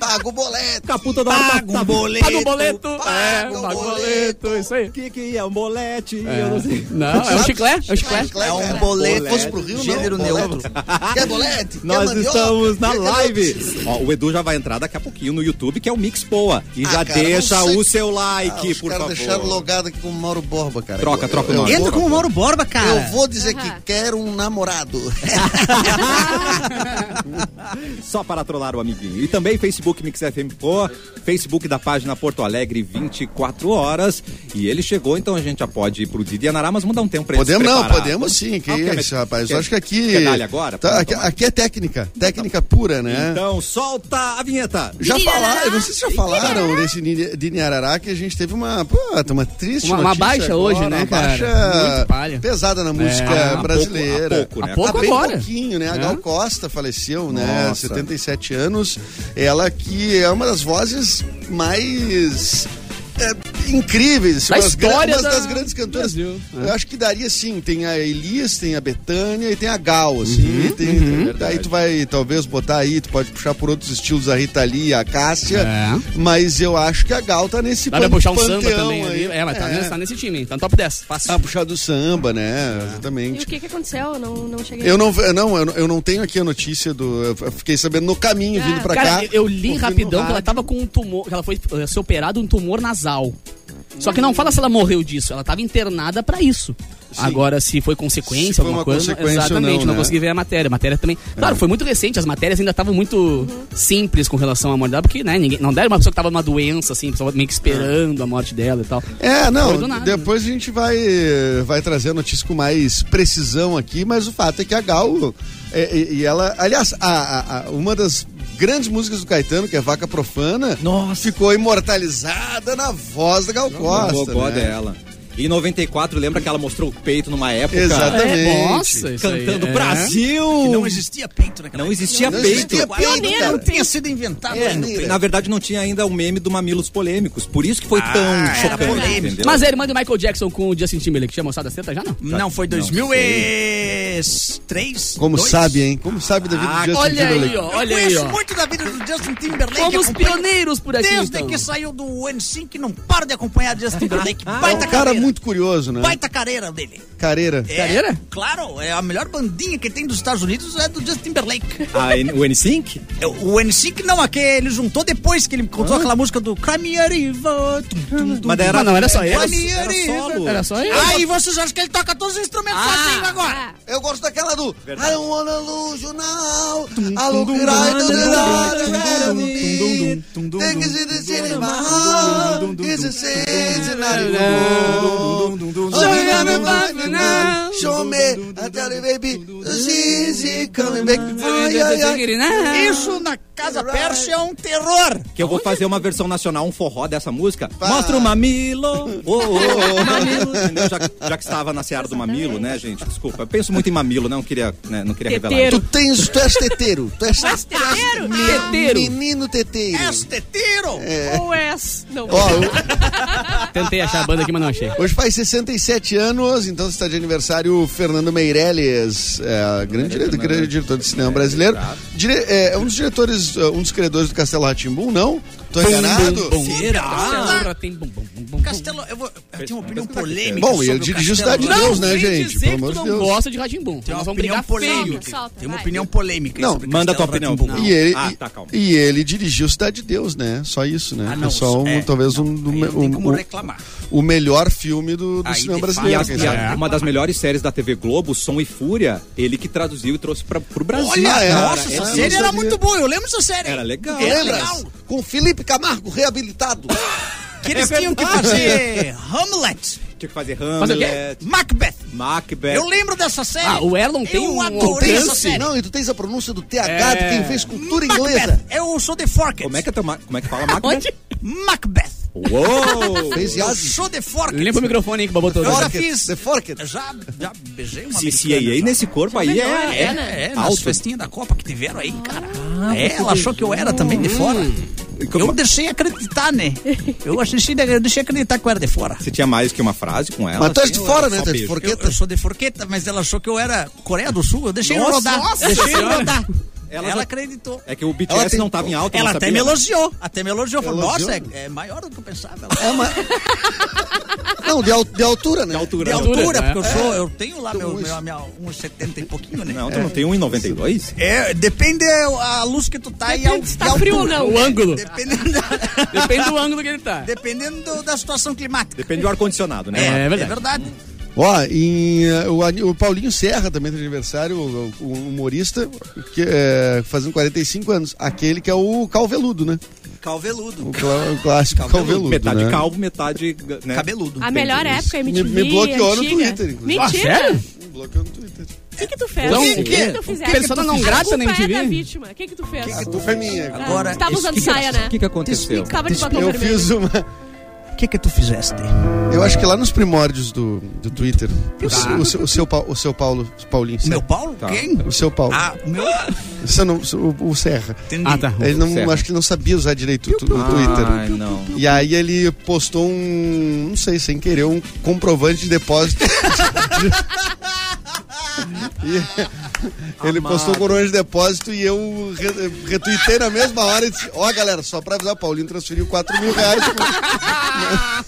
Speaker 5: Paga o bolete.
Speaker 1: Capu toda hora tá- tá
Speaker 4: boleto.
Speaker 2: Paga o boleto. É,
Speaker 5: o
Speaker 2: paga o
Speaker 5: boleto.
Speaker 2: boleto, isso aí.
Speaker 1: O que que é um bolete? Eu não sei.
Speaker 2: Não, é um chiclete, é um chiclete.
Speaker 4: É um
Speaker 5: boleto.
Speaker 4: boleto.
Speaker 5: Fosse pro Rio, não. um
Speaker 4: Gênero
Speaker 5: Boleto.
Speaker 4: neutro.
Speaker 5: Quer bolete? Quer
Speaker 1: Nós
Speaker 5: É mandioca?
Speaker 1: estamos na
Speaker 5: Quer
Speaker 1: live. Ó, o Edu já vai entrar daqui a pouquinho no YouTube, que é o Mix Poa. E
Speaker 5: Ah,
Speaker 1: já
Speaker 5: cara,
Speaker 1: deixa
Speaker 5: não sei.
Speaker 1: o seu
Speaker 5: Ah,
Speaker 1: like,
Speaker 5: os
Speaker 1: por
Speaker 5: caras
Speaker 1: favor.
Speaker 5: deixaram logado aqui com o Mauro Borba, cara.
Speaker 1: Troca,
Speaker 5: Eu-
Speaker 1: troca o
Speaker 5: eu-
Speaker 1: nome.
Speaker 5: eu
Speaker 4: Entra
Speaker 5: vou-
Speaker 4: com o Mauro Borba, cara.
Speaker 5: Eu vou dizer que
Speaker 3: Aham.
Speaker 5: quero um namorado.
Speaker 1: Só para trollar o amiguinho. E também Facebook Mix FM Poa, Facebook da página Porto Alegre 24 horas. E ele chegou, então a gente já pode ir pro Didi Anará, mas vamos dar um tempo pra ele
Speaker 5: Podemos
Speaker 1: se
Speaker 5: não,
Speaker 1: preparar.
Speaker 5: podemos sim. Que
Speaker 1: Ah, quer
Speaker 5: isso,
Speaker 1: me-
Speaker 5: rapaz.
Speaker 1: quer-
Speaker 5: Eu acho que aqui.
Speaker 1: quer dar-lhe agora?
Speaker 5: Tá,
Speaker 1: Pra
Speaker 5: aqui,
Speaker 1: tomar?
Speaker 5: aqui é técnica. Técnica pura, né?
Speaker 1: Então solta a vinheta.
Speaker 5: Já falaram, eu não sei se já falaram desse Nini- Dini Arará que a gente teve uma, pô, tá uma triste
Speaker 2: Uma- uma
Speaker 5: notícia
Speaker 2: baixa
Speaker 5: agora,
Speaker 2: hoje, né,
Speaker 5: uma
Speaker 2: cara?
Speaker 5: Baixa
Speaker 2: Muito palha.
Speaker 5: pesada na música
Speaker 2: há pouco-
Speaker 5: é brasileira.
Speaker 1: há Ah, pouco, né?
Speaker 2: Há pouco
Speaker 5: Há bem
Speaker 2: agora.
Speaker 5: pouquinho, né? A Gal
Speaker 2: É.
Speaker 5: Costa faleceu, né?
Speaker 1: Nossa.
Speaker 5: 77 anos. Ela que é uma das vozes mais é, incríveis.
Speaker 2: Da
Speaker 5: umas
Speaker 2: história
Speaker 5: gra- umas
Speaker 2: da-
Speaker 5: das grandes cantoras.
Speaker 2: Brasil. né?
Speaker 5: Eu acho que daria sim. Tem a Elias, tem a Betânia e tem a Gal, assim.
Speaker 2: Uhum,
Speaker 5: e tem- daí tu vai talvez botar aí, tu pode puxar por outros estilos a Rita Lee, a Cássia.
Speaker 2: É.
Speaker 5: Mas eu acho que a Gal tá nesse
Speaker 2: Dá pra
Speaker 5: pan-
Speaker 2: puxar um
Speaker 5: panteão
Speaker 2: samba também ali.
Speaker 5: aí.
Speaker 2: É, mas tá, nesse- tá nesse time, tá no top 10. Fácil.
Speaker 5: Ah, puxar do samba, né?
Speaker 3: E o
Speaker 5: Exatamente.
Speaker 3: que, que aconteceu? Eu não, não cheguei.
Speaker 5: Eu não, eu não, eu não- eu não tenho aqui a notícia do. Eu fiquei sabendo no caminho
Speaker 3: Ah.
Speaker 5: vindo pra
Speaker 2: Cara,
Speaker 5: cá.
Speaker 2: eu- eu li
Speaker 5: ouvi no
Speaker 2: rapidão que ela
Speaker 5: rádio.
Speaker 2: tava com um tumor, que ela foi eh, ser operada um tumor nasal. Só que não fala se ela morreu disso, ela tava internada pra isso. Agora, se foi consequência,
Speaker 5: Se foi
Speaker 2: alguma
Speaker 5: uma
Speaker 2: coisa.
Speaker 5: consequência ou
Speaker 2: exatamente,
Speaker 5: não,
Speaker 2: não
Speaker 5: né? É.
Speaker 2: consegui ver a matéria. A matéria também. Claro, foi muito recente, as matérias ainda estavam muito simples com relação à morte dela, porque, né, ninguém, não deram uma pessoa que tava numa doença, assim, a pessoa meio que esperando a morte dela e tal.
Speaker 5: É,
Speaker 2: Foi do
Speaker 5: não,
Speaker 2: nada.
Speaker 5: depois a gente vai, vai trazer a notícia com mais precisão aqui, mas o fato é que a Gal, é, e, e ela, aliás, a- a- a- uma das grandes músicas do Caetano, que é Vaca Profana,
Speaker 1: Nossa.
Speaker 5: ficou imortalizada na voz da Gal
Speaker 1: O
Speaker 5: Costa,
Speaker 1: gogó
Speaker 5: né?
Speaker 1: dela. E em 94, lembra que ela mostrou o peito numa época?
Speaker 5: Exatamente.
Speaker 2: É, Nossa, isso aí
Speaker 1: Cantando
Speaker 2: é.
Speaker 1: Brasil!
Speaker 4: Que não existia peito naquela
Speaker 1: Não existia
Speaker 5: Não
Speaker 1: peito.
Speaker 5: existia peito,
Speaker 3: Pioneira,
Speaker 5: cara.
Speaker 4: Não tenha sido inventado
Speaker 5: É,
Speaker 4: ainda.
Speaker 5: nem-
Speaker 1: Na verdade, não tinha ainda o meme do Mamilos Polêmicos. Por isso que foi tão
Speaker 4: era
Speaker 1: chocante.
Speaker 4: polêmico.
Speaker 1: entendeu?
Speaker 2: Mas a irmã do Michael Jackson com o Justin Timberlake tinha mostrado a seta já, não?
Speaker 4: Não, foi 2003.
Speaker 5: Como
Speaker 4: dois?
Speaker 5: sabe, hein? Como sabe da vida do Justin
Speaker 2: olha
Speaker 5: Timberlake. É
Speaker 2: aí, ó.
Speaker 4: Eu
Speaker 2: Olha aí,
Speaker 4: conheço
Speaker 2: ó.
Speaker 4: muito da vida do Justin Timberlake.
Speaker 2: Fomos
Speaker 4: acompanho
Speaker 2: pioneiros por aqui,
Speaker 4: Desde
Speaker 2: então.
Speaker 4: que saiu do NSYNC, não paro de acompanhar Justin Timberlake.
Speaker 5: É um
Speaker 4: Baita
Speaker 5: cara
Speaker 4: carreira.
Speaker 5: muito curioso, né?
Speaker 4: Baita carreira dele.
Speaker 5: Careira.
Speaker 4: É,
Speaker 2: Carreira?
Speaker 4: Claro, é a melhor bandinha que tem dos Estados Unidos é do Justin Timberlake.
Speaker 1: A N- o N-Sync?
Speaker 4: É, O NSYNC não, a que ele juntou depois que ele contou aquela música do Crime River. Tum, tum, tum.
Speaker 1: Mas era,
Speaker 2: Mas não, era só ele.
Speaker 1: Era, era solo.
Speaker 2: Era só isso.
Speaker 4: Ah, e vocês acham que ele toca todos os instrumentos sozinho agora?
Speaker 3: Ah,
Speaker 5: Eu gosto daquela do
Speaker 1: Verdade.
Speaker 5: I don't wanna lose you now. I
Speaker 1: tum,
Speaker 5: look
Speaker 1: tum,
Speaker 5: right
Speaker 1: tum,
Speaker 5: to the
Speaker 1: tum,
Speaker 5: light
Speaker 1: tum,
Speaker 5: of heaven.
Speaker 1: tum, tum, tum,
Speaker 5: Take
Speaker 1: tum,
Speaker 5: it to the cinema.
Speaker 1: tum, tum, tum,
Speaker 5: It's a
Speaker 1: tum,
Speaker 5: season I know. Oh, you got me vibing now. Show me, I tell you, baby, this is it coming back. Ai, ai, ai.
Speaker 4: Isso na Casa Persa é um terror.
Speaker 1: Que eu vou fazer uma versão nacional, um forró dessa música.
Speaker 5: Vai.
Speaker 1: Mostra o mamilo. ô, ô, ô, mamilo. Entendeu? Já, já que estava na seara do mamilo, né, gente? Desculpa. Eu penso muito em mamilo, né? Não queria, né, não queria revelar.
Speaker 3: Teteiro.
Speaker 5: Tu tens, tu és teteiro. Tu és
Speaker 3: Rasteiro?
Speaker 2: Teteiro.
Speaker 5: menino teteiro.
Speaker 4: Este é tiro.
Speaker 3: Ou é. s- Não.
Speaker 5: Ó, o-
Speaker 2: Tentei achar a banda aqui, mas não achei.
Speaker 5: Hoje faz 67 anos, então está de aniversário o Fernando Meirelles, é, grande, diretor, grande diretor de cinema brasileiro. Dire- é, é um dos diretores, é, um dos criadores do Castelo Ratimbum, não? Tô enganado?
Speaker 2: Bum, bum, bum.
Speaker 1: Será?
Speaker 2: Será? Tem bum, bum, bum, bum, bum.
Speaker 4: Castelo, eu, vou, eu tenho uma opinião polêmica.
Speaker 5: é? Bom, e
Speaker 4: sobre
Speaker 5: ele
Speaker 4: o Castelo
Speaker 5: dirigiu Cidade de
Speaker 4: Branco.
Speaker 5: Deus, né,
Speaker 2: vem
Speaker 5: gente?
Speaker 2: dizer que
Speaker 5: Pelo amor
Speaker 2: tu
Speaker 5: de
Speaker 2: não
Speaker 5: Deus.
Speaker 2: gosta de Ratimbum.
Speaker 4: Tem
Speaker 2: Então
Speaker 4: uma
Speaker 2: nós vamos
Speaker 4: opinião
Speaker 2: brigar feio.
Speaker 4: polêmica.
Speaker 3: Solta,
Speaker 4: Tem uma
Speaker 3: vai.
Speaker 4: opinião polêmica.
Speaker 5: Não,
Speaker 4: sobre
Speaker 1: manda
Speaker 4: Castelo
Speaker 1: tua opinião.
Speaker 4: Rá-Tim-Bum.
Speaker 5: E ele,
Speaker 1: Ah,
Speaker 5: e-
Speaker 1: tá, calma.
Speaker 5: e ele dirigiu Cidade de Deus, né? Só isso, né?
Speaker 4: Ah, não,
Speaker 5: É Só um,
Speaker 4: é,
Speaker 5: talvez
Speaker 4: não,
Speaker 5: um,
Speaker 4: aí não
Speaker 5: um-
Speaker 4: tem como
Speaker 5: um-
Speaker 4: reclamar.
Speaker 5: o melhor filme do, do
Speaker 4: Aí
Speaker 5: cinema
Speaker 4: de
Speaker 1: E,
Speaker 5: brasileiro.
Speaker 1: a,
Speaker 4: fato, é,
Speaker 5: quer
Speaker 1: e
Speaker 5: dizer.
Speaker 1: a- uma das melhores séries da TV Globo, Som e Fúria, ele que traduziu e trouxe pra, pro Brasil.
Speaker 4: Olha,
Speaker 5: Ah, é,
Speaker 4: nossa, essa
Speaker 5: é, é, eu
Speaker 4: série
Speaker 5: não
Speaker 4: era
Speaker 5: sabia.
Speaker 4: muito boa. Eu lembro dessa série.
Speaker 1: Era legal.
Speaker 4: Era
Speaker 5: Lembras?
Speaker 4: é legal.
Speaker 5: Com Felipe Camargo reabilitado.
Speaker 4: Que eles tinham que
Speaker 1: verdade.
Speaker 4: fazer Hamlet,
Speaker 1: Tinha que fazer
Speaker 2: o quê?
Speaker 1: Hamlet,
Speaker 4: Macbeth.
Speaker 1: Macbeth.
Speaker 4: Eu lembro dessa série.
Speaker 2: Ah, o Erlon tem
Speaker 4: Eu
Speaker 2: um
Speaker 4: adorei
Speaker 5: Tem
Speaker 4: essa
Speaker 5: esse-
Speaker 4: série.
Speaker 5: não, e tu tens a pronúncia do TH de
Speaker 2: É.
Speaker 5: quem fez cultura inglesa.
Speaker 4: Macbeth. Eu sou The Forkets.
Speaker 1: Como é que, é teu ma- como é que fala Macbeth?
Speaker 2: Onde?
Speaker 4: Macbeth.
Speaker 1: Uou!
Speaker 5: Fez
Speaker 4: Eu
Speaker 5: Yazzie.
Speaker 4: sou The Forkets.
Speaker 2: Limpa o microfone aí que babotou.
Speaker 4: Eu já
Speaker 5: Forkets,
Speaker 4: fiz.
Speaker 5: The Forkets.
Speaker 4: Já, já beijei uma
Speaker 1: CCAA
Speaker 4: americana, já.
Speaker 1: nesse corpo aí
Speaker 2: Ah,
Speaker 1: é,
Speaker 3: É, né?
Speaker 4: É, é, nas
Speaker 1: alto.
Speaker 4: festinhas da Copa que tiveram aí, cara. é, ela achou que eu era também de fora. Eu deixei acreditar, né? Eu, achei, eu deixei acreditar que eu era de fora.
Speaker 1: Você tinha mais que uma frase com ela?
Speaker 5: Mas tu és de
Speaker 1: assim,
Speaker 5: fora,
Speaker 1: ou
Speaker 5: né?
Speaker 1: só
Speaker 5: Tu és de
Speaker 1: beijo?
Speaker 4: Eu,
Speaker 5: forqueta.
Speaker 4: eu sou de Forqueta, mas ela achou que eu era Coreia do Sul. Eu deixei
Speaker 1: Nossa,
Speaker 4: rodar.
Speaker 1: nossa
Speaker 4: deixei
Speaker 2: senhora.
Speaker 4: rodar.
Speaker 1: Ela
Speaker 4: Ela,
Speaker 1: já-
Speaker 4: acreditou.
Speaker 1: É que o BTS
Speaker 5: Ela tem-
Speaker 1: não tava em alta, eu
Speaker 4: Ela
Speaker 1: não
Speaker 4: até
Speaker 1: sabia. né?
Speaker 4: me elogiou. Até me elogiou. Falou,
Speaker 5: Elogiou?
Speaker 4: nossa, é, é maior do que eu pensava. Ela-
Speaker 5: É, mas- Não, de, al- de altura, né?
Speaker 1: De altura.
Speaker 4: De
Speaker 1: né?
Speaker 4: altura,
Speaker 2: Altura, né?
Speaker 4: porque eu sou, eu tenho lá meu,
Speaker 5: Uns-
Speaker 4: meu, minha, uns 70 e pouquinho, né?
Speaker 1: Não, tu não tem 1,92?
Speaker 4: É, depende a luz que tu tá e
Speaker 3: Depende
Speaker 4: a,
Speaker 3: se
Speaker 4: e a
Speaker 3: tá frio ou
Speaker 4: altura.
Speaker 3: não.
Speaker 2: O ângulo.
Speaker 4: Dependendo, da,
Speaker 2: Depende do ângulo que ele tá.
Speaker 4: dependendo do- da situação climática.
Speaker 1: Depende do ar-condicionado, né?
Speaker 2: É. verdade.
Speaker 5: Ó, em, eh, o, Ani- o Paulinho Serra também tem aniversário, o, o humorista, que, eh, fazendo 45 anos. Aquele que é o Calveludo, né?
Speaker 4: Calveludo.
Speaker 5: O, clá- o clássico Calveludo.
Speaker 1: metade
Speaker 5: né?
Speaker 1: calvo, metade. Né?
Speaker 4: Cabeludo.
Speaker 3: A melhor época, é
Speaker 5: Me-
Speaker 3: MTV.
Speaker 5: me bloqueou no
Speaker 3: antiga.
Speaker 5: Twitter, inclusive.
Speaker 2: Ah,
Speaker 3: Mentira.
Speaker 2: sério?
Speaker 5: Me bloqueou Um no Twitter.
Speaker 3: O que, que tu fez?
Speaker 2: Então,
Speaker 3: o que,
Speaker 2: o quê?
Speaker 3: que tu
Speaker 2: O
Speaker 3: fizeste?
Speaker 2: persona não
Speaker 3: A
Speaker 2: grata
Speaker 3: culpa
Speaker 2: na MTV?
Speaker 3: É da vítima. O que, que tu fez?
Speaker 5: A culpa é minha.
Speaker 3: Ah,
Speaker 4: Agora-
Speaker 3: tu tava
Speaker 1: Isso,
Speaker 3: usando
Speaker 1: que que-
Speaker 3: saia, né?
Speaker 1: O que, que aconteceu?
Speaker 3: Tu tava de batom
Speaker 5: Eu
Speaker 3: vermelho.
Speaker 5: fiz uma.
Speaker 3: é-
Speaker 4: O que que tu fizeste?
Speaker 5: Eu acho que lá nos primórdios do, do Twitter, o, seu- o seu, o, seu, Pau- o seu Paulo, Paulinho
Speaker 4: Meu
Speaker 5: Serra.
Speaker 4: Paulo?
Speaker 1: Tá.
Speaker 4: Quem?
Speaker 5: O seu Paulo.
Speaker 4: Ah, o meu?
Speaker 5: Se eu não- se- o, o Serra.
Speaker 4: Entendi.
Speaker 2: Ah, tá.
Speaker 5: Ele não,
Speaker 1: Serra.
Speaker 5: acho que ele não sabia usar direito o tu- o Twitter.
Speaker 1: Ai, Ah, não.
Speaker 5: E aí ele postou um, não sei, sem querer, um comprovante de depósito. E ele postou um comprovante de depósito e eu re- retuitei na mesma hora e disse, ó galera, só pra avisar, o Paulinho transferiu 4 mil reais. pro-
Speaker 3: Cara,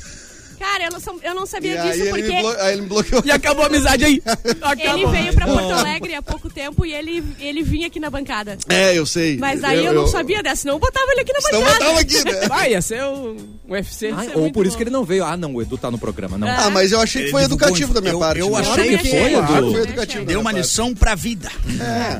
Speaker 3: Cara, eu não, sou- eu não sabia
Speaker 5: E aí
Speaker 3: disso
Speaker 5: ele,
Speaker 3: porque
Speaker 5: me blo- aí ele me bloqueou.
Speaker 2: E acabou a amizade aí. Acabou.
Speaker 3: ele veio pra Porto Alegre há pouco tempo e ele, ele vinha aqui na bancada.
Speaker 5: É, eu sei.
Speaker 3: Mas aí eu, não sabia dessa, senão eu botava ele aqui na
Speaker 5: Então
Speaker 3: bancada.
Speaker 5: botava aqui, né?
Speaker 2: Vai, ia ser o o UFC.
Speaker 1: Ah,
Speaker 3: é
Speaker 1: ou
Speaker 3: muito
Speaker 1: por isso
Speaker 3: bom.
Speaker 1: que ele não veio. Ah, não, o Edu tá no programa, não.
Speaker 3: É.
Speaker 5: Ah, mas eu achei que foi
Speaker 4: Ele divulgou
Speaker 5: educativo da minha
Speaker 4: eu-
Speaker 5: parte.
Speaker 4: eu
Speaker 5: né?
Speaker 4: achei
Speaker 5: Claro
Speaker 3: que
Speaker 5: foi,
Speaker 3: foi,
Speaker 5: Edu.
Speaker 3: claro.
Speaker 5: Foi educativo. da
Speaker 4: Deu uma
Speaker 5: minha
Speaker 4: lição pra vida.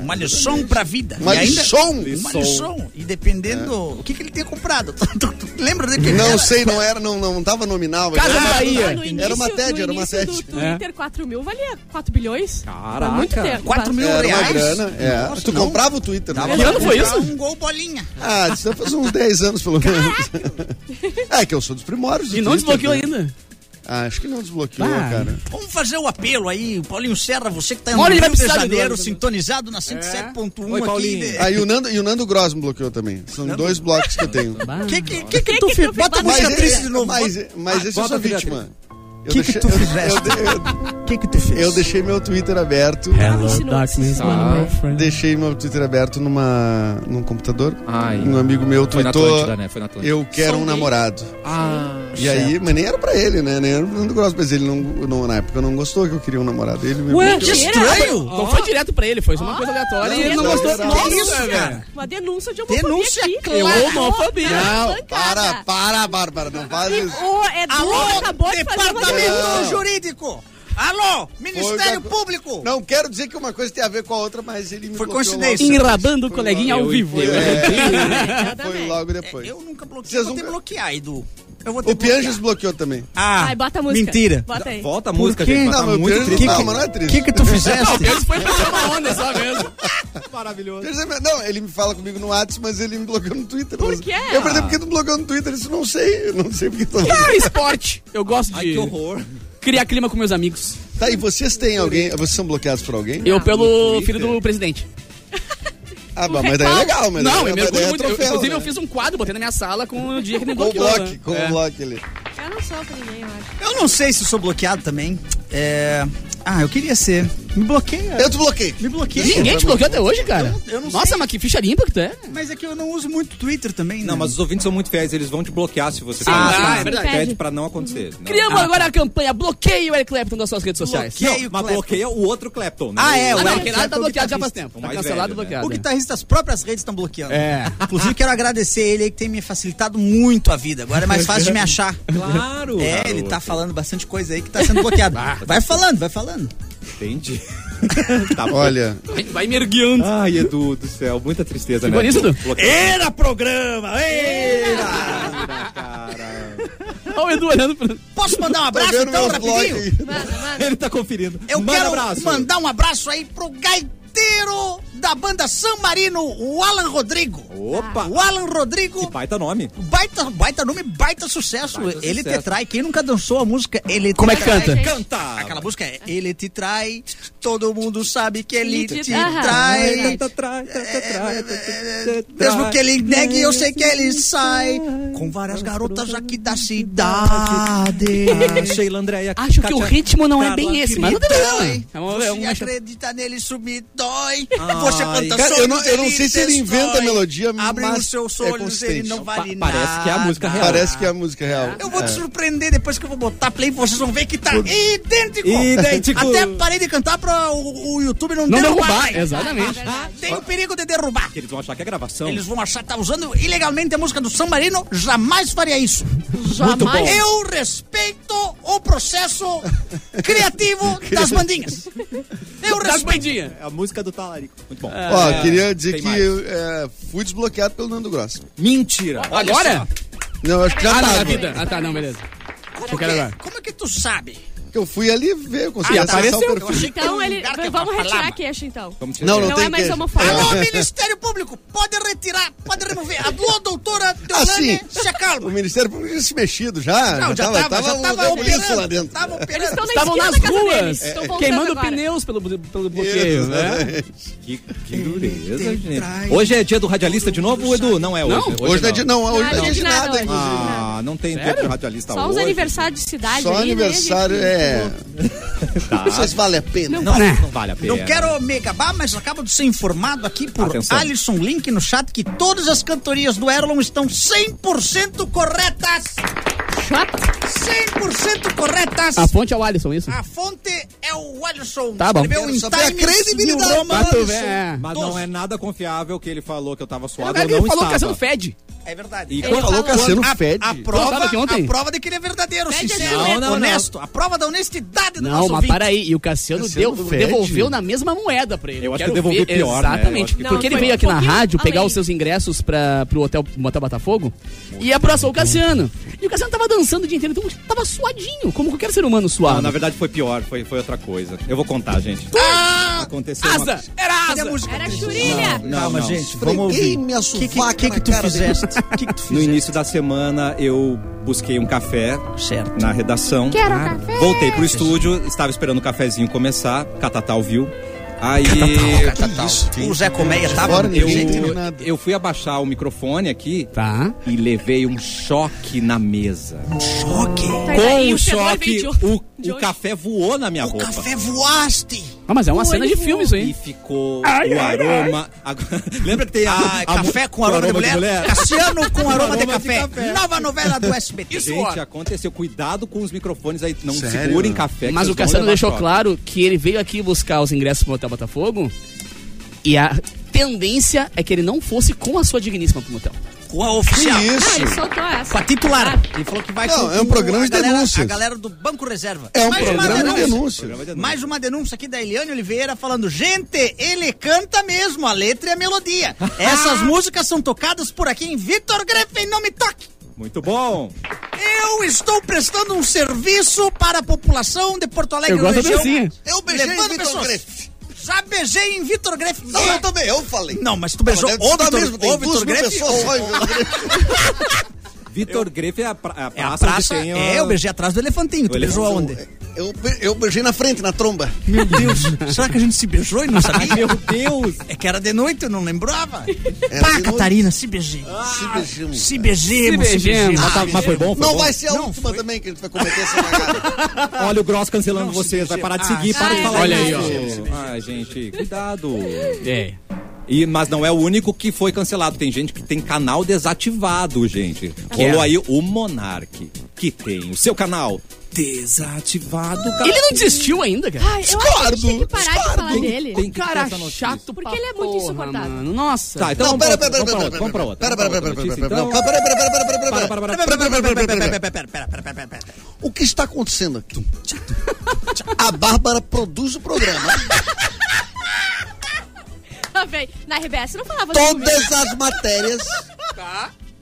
Speaker 4: uma lição pra vida.
Speaker 5: É. Uma
Speaker 4: E ainda-
Speaker 5: lição?
Speaker 4: Uma lição. E dependendo o que, que ele tenha comprado. Tu- tu- tu lembra dele? que
Speaker 5: parte.
Speaker 4: ele
Speaker 5: Não
Speaker 4: era-
Speaker 5: sei, não era, não, não tava nominal. mas
Speaker 2: Casa
Speaker 5: era-
Speaker 2: Bahia.
Speaker 3: No início,
Speaker 5: é. Era uma TED,
Speaker 3: no
Speaker 5: era uma
Speaker 3: início
Speaker 5: TED.
Speaker 3: do Twitter, 4 mil valia 4 bilhões.
Speaker 1: Caraca.
Speaker 3: Há muito tempo.
Speaker 4: 4 mil
Speaker 5: Era uma
Speaker 4: reais?
Speaker 5: grana, é.
Speaker 4: Nossa,
Speaker 5: tu
Speaker 4: não.
Speaker 5: comprava o Twitter,
Speaker 4: Dava
Speaker 5: né?
Speaker 2: Que ano
Speaker 4: pra
Speaker 2: foi
Speaker 4: comprar
Speaker 2: isso?
Speaker 4: Um gol bolinha.
Speaker 5: Ah, isso faz uns 10 anos, pelo menos. É que eu sou dos primórdios do
Speaker 2: E não
Speaker 5: Twitter,
Speaker 2: desbloqueou
Speaker 5: né?
Speaker 2: ainda.
Speaker 5: Ah, acho que não desbloqueou,
Speaker 2: Ah.
Speaker 5: cara.
Speaker 4: Vamos fazer o apelo aí, Paulinho Serra, você que tá
Speaker 2: Uma hora
Speaker 4: no
Speaker 2: ele vai
Speaker 4: Rio de
Speaker 2: precisar de
Speaker 4: Janeiro,
Speaker 2: dois, né?
Speaker 4: sintonizado na 107.1
Speaker 1: Oi,
Speaker 4: aqui.
Speaker 1: Paulinho.
Speaker 4: né?
Speaker 5: Aí o Nando, Ah, e o Nando Gross me bloqueou também. São dois blocos que eu tenho.
Speaker 4: Que que, que, que tu
Speaker 3: que
Speaker 4: fez?
Speaker 3: tu
Speaker 4: Bota a
Speaker 5: Mas,
Speaker 4: música triste
Speaker 5: é-
Speaker 4: de novo.
Speaker 5: mas, mas
Speaker 1: Ah,
Speaker 5: esse eu
Speaker 1: bota
Speaker 5: sou
Speaker 1: a trilha
Speaker 5: vítima. Eu
Speaker 4: que que
Speaker 5: deixei-
Speaker 4: tu
Speaker 5: eu-
Speaker 4: fizeste?
Speaker 5: eu-
Speaker 4: O que que tu fez?
Speaker 5: eu- eu deixei meu Twitter aberto.
Speaker 3: Tá É.
Speaker 5: Deixei meu Twitter aberto numa, num computador.
Speaker 1: Ai.
Speaker 5: Um amigo meu
Speaker 1: Foi na
Speaker 5: tweetou,
Speaker 1: Atlântida, né? Foi na Atlântida.
Speaker 5: eu quero um namorado.
Speaker 1: Ah,
Speaker 5: E aí, mas nem era pra ele, né? Nem era pro Nando Gross, mas ele não, não- na época não gostou que eu queria um namorado. Ele me
Speaker 2: Ué,
Speaker 5: bloqueou.
Speaker 2: que
Speaker 4: Estranho.
Speaker 2: Não foi direto pra ele, foi só uma coisa aleatória e ele não
Speaker 5: não,
Speaker 2: gostou.
Speaker 5: não.
Speaker 2: Nossa,
Speaker 4: Que isso,
Speaker 2: velho.
Speaker 4: cara?
Speaker 3: Uma denúncia de homofobia
Speaker 4: Denúncia
Speaker 3: aqui.
Speaker 4: clara.
Speaker 3: Ô,
Speaker 2: Homofobia.
Speaker 3: na
Speaker 5: Não, para,
Speaker 3: bancada.
Speaker 5: para, Bárbara, não faz
Speaker 3: E
Speaker 4: um
Speaker 5: isso.
Speaker 3: O Edu
Speaker 4: Alô,
Speaker 3: acabou de fazer uma denúncia.
Speaker 4: Departamento
Speaker 5: denúncia.
Speaker 4: Jurídico. Alô, Ministério
Speaker 5: Foi-
Speaker 4: Público.
Speaker 5: Não quero dizer que uma coisa tem a ver com a outra, mas ele me
Speaker 4: Foi
Speaker 5: bloqueou
Speaker 4: coincidência.
Speaker 2: Enrabando o coleguinha ao vivo.
Speaker 5: logo- é. Foi
Speaker 3: Exatamente.
Speaker 5: logo
Speaker 4: É,
Speaker 5: depois.
Speaker 4: eu nunca bloqueei,
Speaker 5: Vocês
Speaker 4: vou te
Speaker 5: nunca-
Speaker 4: bloquear, Edu. Eu vou te
Speaker 5: O
Speaker 4: bloquear.
Speaker 5: Pianges bloqueou também.
Speaker 4: Ah,
Speaker 3: Vai, bota a música.
Speaker 4: Mentira.
Speaker 3: Bota aí.
Speaker 1: Volta a música,
Speaker 4: quê?
Speaker 1: gente.
Speaker 5: Não,
Speaker 1: Tá
Speaker 5: mas o
Speaker 1: muito
Speaker 5: Pianges
Speaker 1: triste.
Speaker 5: não, mas não é
Speaker 4: O
Speaker 5: triste.
Speaker 4: que que tu fizeste?
Speaker 2: Ele foi pra ser uma onda só mesmo.
Speaker 1: Maravilhoso.
Speaker 5: Pianges é- Não, ele me fala comigo no WhatsApp, mas ele me bloqueou no Twitter.
Speaker 3: Por
Speaker 5: Mas-
Speaker 3: quê?
Speaker 5: Eu perguntei por que tu bloqueou no Twitter. Isso não sei, eu não sei por que tu
Speaker 2: Ah, esporte. Eu gosto
Speaker 1: Ai, que
Speaker 2: de
Speaker 1: horror.
Speaker 2: criar clima com meus amigos.
Speaker 5: Tá, e vocês têm alguém? Vocês são bloqueados por alguém?
Speaker 2: Eu pelo
Speaker 1: Twitter.
Speaker 2: filho do presidente.
Speaker 5: Ah, bah, mas daí é legal, mas
Speaker 2: Não,
Speaker 5: daí,
Speaker 2: eu
Speaker 5: mas daí
Speaker 2: mergulho
Speaker 5: é
Speaker 2: muito. Eu-
Speaker 5: troféu,
Speaker 2: Inclusive, eu
Speaker 5: né?
Speaker 2: fiz um quadro, botei na minha sala com o dia que me
Speaker 5: Com o
Speaker 2: bloqueou.
Speaker 5: bloco,
Speaker 2: né?
Speaker 5: com
Speaker 2: É.
Speaker 5: o bloco ali.
Speaker 3: Eu não sou pra ninguém, eu acho.
Speaker 4: Eu não sei se sou bloqueado também. É... Ah, eu queria ser. Me bloqueia.
Speaker 5: Eu te bloqueei.
Speaker 4: Me bloqueia.
Speaker 2: Ninguém te bloqueou até hoje, cara?
Speaker 4: Eu- eu não
Speaker 2: Nossa,
Speaker 4: sei.
Speaker 2: mas que ficha limpa que tu é.
Speaker 4: Mas é que eu não uso muito Twitter também, né?
Speaker 1: Não, mas os ouvintes são muito fiéis, eles vão te bloquear se você fizer
Speaker 2: Ah, tá,
Speaker 1: isso.
Speaker 2: é
Speaker 3: verdade.
Speaker 1: Pede pra não acontecer. né? Não.
Speaker 2: Criamos agora a campanha Bloqueie o Eric Clapton das suas redes sociais.
Speaker 1: Não,
Speaker 4: bloqueia o
Speaker 1: mas
Speaker 4: Clapton.
Speaker 1: bloqueia o outro Clapton, né?
Speaker 4: Ah, é,
Speaker 2: Ah,
Speaker 4: o
Speaker 2: não,
Speaker 4: Eric
Speaker 2: aquele lá tá
Speaker 4: Clapton,
Speaker 2: bloqueado já faz
Speaker 4: guitarrista.
Speaker 2: tempo.
Speaker 1: O
Speaker 2: Tá
Speaker 1: mais
Speaker 2: cancelado,
Speaker 1: velho, né?
Speaker 2: bloqueado.
Speaker 4: O guitarrista, as próprias redes estão bloqueando.
Speaker 2: É.
Speaker 4: Inclusive, quero agradecer ele aí que tem me facilitado muito a vida. Agora é mais fácil de me achar.
Speaker 1: Claro.
Speaker 4: É,
Speaker 1: garoto.
Speaker 4: ele tá falando bastante coisa aí que tá sendo bloqueado. Vai falando, vai falando.
Speaker 1: Entendi. tá bom.
Speaker 5: Olha,
Speaker 2: Vai- Vai me erguendo.
Speaker 1: Ai, Edu do céu, muita tristeza,
Speaker 2: Ficou
Speaker 1: né?
Speaker 2: nisso, Edu?
Speaker 1: Bloqueia.
Speaker 4: Era programa! Era!
Speaker 2: Olha o Edu olhando pra...
Speaker 4: Posso mandar um
Speaker 5: tá
Speaker 4: abraço
Speaker 5: vendo
Speaker 4: então,
Speaker 5: meus
Speaker 4: rapidinho?
Speaker 5: blocos
Speaker 3: Mano, mano.
Speaker 1: Ele tá conferindo.
Speaker 4: Eu
Speaker 1: Manda
Speaker 4: quero
Speaker 1: abraço.
Speaker 4: mandar um abraço aí pro gaiteiro da banda San Marino, o Alan Rodrigo.
Speaker 1: Opa!
Speaker 4: O Alan
Speaker 1: Que
Speaker 4: Rodrigo,
Speaker 1: baita nome.
Speaker 4: baita, baita nome, baita sucesso.
Speaker 1: Baita
Speaker 4: ele
Speaker 1: sucesso.
Speaker 4: te trai. Quem nunca dançou a música Ele
Speaker 2: Como
Speaker 4: te
Speaker 2: é que
Speaker 4: trai?
Speaker 2: canta?
Speaker 1: Canta!
Speaker 4: Aquela música é Ele te trai, todo mundo sabe que ele
Speaker 3: Ele te
Speaker 4: te
Speaker 3: trai. É
Speaker 4: trai. É, Mesmo que ele negue, eu sei que é ele sai com várias garotas aqui da cidade.
Speaker 1: Ah, Sheila Andréia.
Speaker 2: Acho que o ritmo não é
Speaker 1: Carla,
Speaker 2: bem esse,
Speaker 1: que
Speaker 2: mas não tem problema.
Speaker 4: Dói.
Speaker 2: É uma- é
Speaker 4: Você
Speaker 2: uma-
Speaker 4: acredita nele, isso me dói. Você planta
Speaker 5: Cara, eu não- eu não
Speaker 4: ele
Speaker 5: sei se ele inventa a melodia,
Speaker 4: Abre
Speaker 5: mas
Speaker 4: os seus
Speaker 5: é
Speaker 4: olhos, ele
Speaker 5: consistente.
Speaker 4: não vale
Speaker 1: Pa-
Speaker 4: nada.
Speaker 1: parece que é a música real.
Speaker 5: parece que é a música real.
Speaker 4: Eu vou te
Speaker 5: É.
Speaker 4: surpreender depois que eu vou botar play, vocês vão ver que tá idêntico.
Speaker 1: Idêntico.
Speaker 4: Até parei de cantar pra o, o YouTube não,
Speaker 2: Não
Speaker 4: derrubar.
Speaker 2: derrubar, exatamente.
Speaker 3: Ah, tá.
Speaker 4: Tem o perigo de derrubar.
Speaker 1: Eles vão achar que é gravação.
Speaker 4: Eles vão achar que tá usando ilegalmente a música do San Marino, jamais faria isso.
Speaker 1: bom.
Speaker 3: Jamais.
Speaker 4: Eu respeito o processo criativo das bandinhas. Eu
Speaker 2: Das
Speaker 4: respeito.
Speaker 2: bandinhas.
Speaker 1: É a música do Talarico. Muito bom.
Speaker 5: Ó, queria dizer
Speaker 1: tem
Speaker 5: que
Speaker 1: mais.
Speaker 5: eu, é, fui desbloqueado pelo Nando Gross.
Speaker 1: Mentira.
Speaker 2: Agora?
Speaker 5: Não, eu acho que já
Speaker 2: Ah, não,
Speaker 5: tava.
Speaker 2: na vida. Ah, tá, não, beleza.
Speaker 4: Como,
Speaker 2: Eu quero
Speaker 4: que,
Speaker 2: agora.
Speaker 4: como é que tu sabe?
Speaker 5: Porque eu fui ali ver, eu consegui
Speaker 2: Ah,
Speaker 5: acessar o
Speaker 2: apareceu.
Speaker 5: perfil.
Speaker 4: achei
Speaker 3: Então,
Speaker 4: era um
Speaker 3: ele...
Speaker 4: lugar que
Speaker 3: vamos
Speaker 4: era pra
Speaker 3: retirar a
Speaker 4: falar.
Speaker 3: queixa, então.
Speaker 1: Vamos tirar.
Speaker 5: Não, não,
Speaker 3: Não
Speaker 5: tem
Speaker 3: é mais
Speaker 5: queijo.
Speaker 3: homofóbico.
Speaker 4: Alô, Ministério Público, pode retirar, pode remover. Alô, doutora
Speaker 2: Ah,
Speaker 4: Deolane,
Speaker 5: Assim.
Speaker 4: se
Speaker 5: O
Speaker 4: acalma.
Speaker 5: Ministério Público tinha se mexido já.
Speaker 4: Não, já tava, já tava
Speaker 5: dando isso lá
Speaker 4: operando.
Speaker 5: dentro.
Speaker 4: Tava
Speaker 3: Eles
Speaker 4: operando.
Speaker 3: estão na
Speaker 2: Estavam
Speaker 3: esquina
Speaker 2: nas
Speaker 3: da casa
Speaker 2: ruas, é,
Speaker 3: deles. Estão voltando
Speaker 2: queimando
Speaker 3: agora.
Speaker 2: pneus pelo, pelo bloqueio,
Speaker 5: Isso,
Speaker 2: né?
Speaker 5: exatamente.
Speaker 1: Que, que dureza,
Speaker 4: Ele
Speaker 1: gente.
Speaker 4: traz
Speaker 1: Hoje é dia do radialista de novo, Edu? Não é hoje.
Speaker 2: Não.
Speaker 5: Hoje não é de. Não, hoje
Speaker 3: Não,
Speaker 5: não é dia de
Speaker 3: não,
Speaker 5: nada,
Speaker 3: hoje.
Speaker 5: inclusive.
Speaker 1: Ah, não tem tempo de radialista
Speaker 3: Só os
Speaker 1: hoje.
Speaker 3: aniversários de cidade
Speaker 5: Só
Speaker 3: aí, né,
Speaker 5: aniversário
Speaker 3: gente?
Speaker 5: é. Vocês vale a pena.
Speaker 1: Não, não vale a pena.
Speaker 4: Não quero me gabar, mas acabo de ser informado aqui por
Speaker 1: Atenção.
Speaker 4: Alisson Link no chat que todas as cantorias do Erlon estão 100% corretas.
Speaker 2: chata.
Speaker 4: 100% corretas.
Speaker 2: A fonte é o Alisson, isso?
Speaker 1: Ah,
Speaker 4: A fonte é o Alisson.
Speaker 2: Tá bom.
Speaker 4: Escreveu em
Speaker 5: Quero saber a
Speaker 4: Times
Speaker 5: credibilidade.
Speaker 4: New
Speaker 2: Pra
Speaker 4: Roman.
Speaker 2: tu ver, é.
Speaker 1: Mas
Speaker 4: Doce.
Speaker 1: não é nada confiável que ele falou que eu tava
Speaker 2: O
Speaker 1: suado,
Speaker 2: cara
Speaker 1: eu não
Speaker 2: que falou que
Speaker 1: estava.
Speaker 2: a Cassiano fede.
Speaker 4: É verdade.
Speaker 1: E
Speaker 4: É
Speaker 1: quando-
Speaker 5: falou Cassiano
Speaker 4: a,
Speaker 5: Fede.
Speaker 4: A prova,
Speaker 2: Sabe que ontem?
Speaker 4: a prova de que ele é verdadeiro,
Speaker 3: Fede é
Speaker 4: sincero,
Speaker 1: violento. Não, não, não.
Speaker 4: honesto. A prova da honestidade do
Speaker 2: Não,
Speaker 4: nosso
Speaker 2: mas
Speaker 4: ouvinte.
Speaker 2: para aí. E o Cassiano,
Speaker 5: Cassiano
Speaker 2: deu-
Speaker 5: fede?
Speaker 2: devolveu na mesma moeda pra ele.
Speaker 1: Eu acho
Speaker 2: Quero
Speaker 1: que eu devolvi
Speaker 2: ver-
Speaker 1: pior, né? Eu acho
Speaker 2: Exatamente.
Speaker 1: que
Speaker 3: Não,
Speaker 2: Porque ele
Speaker 3: foi
Speaker 2: veio
Speaker 3: um
Speaker 2: aqui na
Speaker 3: pouquinho
Speaker 2: rádio pegar
Speaker 3: além.
Speaker 2: os seus ingressos pra, pro hotel Motel Botafogo e abraçou o Cassiano. E o Cassiano tava dançando o dia inteiro, então tava suadinho, como qualquer ser humano
Speaker 1: Não,
Speaker 2: suado.
Speaker 1: Ah, na verdade foi pior, foi, foi outra coisa. Eu vou contar, gente.
Speaker 4: Ah,
Speaker 1: Aconteceu uma-
Speaker 2: Asa! Era
Speaker 4: cadê a
Speaker 2: asa!
Speaker 4: música?
Speaker 3: Era churilha.
Speaker 1: Não,
Speaker 4: Calma,
Speaker 1: não.
Speaker 4: gente. Vamos
Speaker 5: Freguei
Speaker 4: ouvir.
Speaker 5: minha
Speaker 4: que, que,
Speaker 5: sovaca
Speaker 4: que, que tu fizeste? O que, que tu
Speaker 1: No
Speaker 4: fizeste?
Speaker 1: início da semana eu busquei um café
Speaker 4: Certo.
Speaker 1: na redação.
Speaker 3: Quero café.
Speaker 1: Voltei pro estúdio, estava esperando o cafezinho começar, Catatal viu. Aí
Speaker 5: isso?
Speaker 4: O Zé Colmeia tava
Speaker 5: fora,
Speaker 4: no
Speaker 1: eu,
Speaker 5: ninguém
Speaker 4: jeito.
Speaker 5: entendeu nada.
Speaker 1: eu fui abaixar o microfone aqui
Speaker 2: Tá.
Speaker 1: e levei um choque na mesa.
Speaker 4: Choque.
Speaker 3: Tá
Speaker 1: Com o choque, o, o café voou na minha
Speaker 4: O
Speaker 1: roupa.
Speaker 4: café voaste.
Speaker 2: Ah, mas é uma
Speaker 3: Pô,
Speaker 2: cena de
Speaker 3: ele
Speaker 2: filme isso
Speaker 1: E
Speaker 2: aí.
Speaker 1: ficou
Speaker 2: Ai,
Speaker 1: o
Speaker 2: ai,
Speaker 1: aroma. Agora- Lembra que tem a,
Speaker 4: Ah,
Speaker 1: a-
Speaker 4: café com aroma, de, mulher. Cassiano com aroma de café.
Speaker 1: café.
Speaker 4: Nova novela do SBT.
Speaker 1: Gente, aconteceu. Cuidado com os microfones aí. Não
Speaker 5: Sério?
Speaker 1: segurem café. que
Speaker 2: Mas
Speaker 1: vocês
Speaker 2: o
Speaker 1: vão
Speaker 2: Cassiano
Speaker 1: levar
Speaker 2: deixou
Speaker 1: choque.
Speaker 2: claro que ele veio aqui buscar os ingressos pro Motel Botafogo e a tendência é que ele não fosse com a sua digníssima pro motel.
Speaker 4: Com a
Speaker 5: Que
Speaker 4: oficial.
Speaker 3: Ah, ele
Speaker 5: isso?
Speaker 3: soltou essa.
Speaker 4: Com a titular. Ele falou que vai
Speaker 5: Não,
Speaker 4: com
Speaker 5: é um
Speaker 4: o-
Speaker 5: programa de
Speaker 4: a galera-
Speaker 5: denúncias.
Speaker 4: A galera do Banco Reserva.
Speaker 5: É um
Speaker 4: Mais uma
Speaker 5: programa de denúncia.
Speaker 1: Programa de denúncia.
Speaker 4: Mais uma denúncia aqui da Eliane Oliveira falando: gente, ele canta mesmo a letra e a melodia. Essas músicas são tocadas por aqui em Vitor Greffen, não me toque!
Speaker 1: Muito bom.
Speaker 4: Eu estou prestando um serviço para a população de Porto Alegre
Speaker 2: Eu gosto
Speaker 4: e região.
Speaker 2: da dancinha.
Speaker 5: Eu beijei
Speaker 4: Levando
Speaker 5: em Vitor
Speaker 4: pessoas.
Speaker 5: Greff.
Speaker 4: Já beijei em Vitor Greff.
Speaker 5: Não, eu também, eu falei.
Speaker 4: Não, mas tu beijou
Speaker 5: Deve
Speaker 4: ou
Speaker 5: dar
Speaker 4: Vitor,
Speaker 5: mesmo, tem
Speaker 4: ou
Speaker 5: duas
Speaker 4: Vitor
Speaker 5: mil
Speaker 4: Greff
Speaker 5: pessoas
Speaker 4: ou...
Speaker 5: só em Vitor Greff.
Speaker 1: Vitor Grefe é a, pra, a praça,
Speaker 4: É a praça,
Speaker 1: onde tem
Speaker 5: um
Speaker 1: a-
Speaker 4: é, eu beijei atrás do elefantinho. Tu
Speaker 1: O
Speaker 4: beijou
Speaker 1: elefante.
Speaker 4: aonde?
Speaker 5: Eu, be- eu beijei na frente, na tromba.
Speaker 4: Meu Deus, será que a gente se beijou
Speaker 5: Ah,
Speaker 4: e não sabia?
Speaker 1: Meu Deus.
Speaker 4: É que era de noite, eu não lembrava.
Speaker 5: de
Speaker 4: Pá,
Speaker 5: noite. Ah.
Speaker 4: Catarina, se beijei.
Speaker 5: Se beijamos.
Speaker 4: Se beijemos, se
Speaker 2: Se beijemos.
Speaker 4: beijemos.
Speaker 1: Mas, tá- mas foi bom? Foi
Speaker 5: Não
Speaker 1: bom?
Speaker 5: vai ser a
Speaker 4: Não,
Speaker 5: última também que a gente vai cometer essa cagada.
Speaker 1: Olha o Gross cancelando
Speaker 4: Não, se
Speaker 1: vocês. Vai
Speaker 4: beijemos.
Speaker 1: parar de seguir.
Speaker 3: Ah,
Speaker 1: para de
Speaker 3: é
Speaker 1: falar
Speaker 2: verdade.
Speaker 1: isso.
Speaker 2: Olha aí, ó.
Speaker 1: Ai, Ah, gente, cuidado.
Speaker 2: É.
Speaker 1: E, mas não é o único que foi cancelado. Tem gente que tem canal desativado, gente. Rolou aí o Monark, que tem o seu canal desativado. cara.
Speaker 2: Ele não desistiu ainda, cara.
Speaker 3: Ai, eu acho que a gente tem que
Speaker 5: Discordo,
Speaker 3: parar de
Speaker 5: discordo.
Speaker 3: falar dele.
Speaker 1: Tem que ter
Speaker 2: cara
Speaker 1: essa notícia.
Speaker 2: chato
Speaker 3: Porque
Speaker 2: pra
Speaker 3: ele é muito
Speaker 2: porra,
Speaker 3: insuportável.
Speaker 2: mano. Nossa.
Speaker 1: Tá, então
Speaker 5: Não,
Speaker 1: vamos
Speaker 5: pera,
Speaker 1: pra
Speaker 5: pera, pera,
Speaker 1: outra,
Speaker 5: pera,
Speaker 1: vamos pra
Speaker 5: pera,
Speaker 1: outra.
Speaker 5: pera, pera, pera, pera,
Speaker 1: vamos
Speaker 5: pera,
Speaker 1: pra
Speaker 5: não,
Speaker 1: outra notícia, então.
Speaker 5: pera, pera,
Speaker 1: Para, para, para.
Speaker 4: Pera, pera, pera, pera, pera,
Speaker 5: pera, pera, pera, pera, pera.
Speaker 4: pera, pera, pera, pera, pera, pera, pera.
Speaker 5: O que está acontecendo aqui? A Bárbara produz o programa.
Speaker 3: Ah, véi, Na RBS não falava comigo.
Speaker 5: Todas as matérias.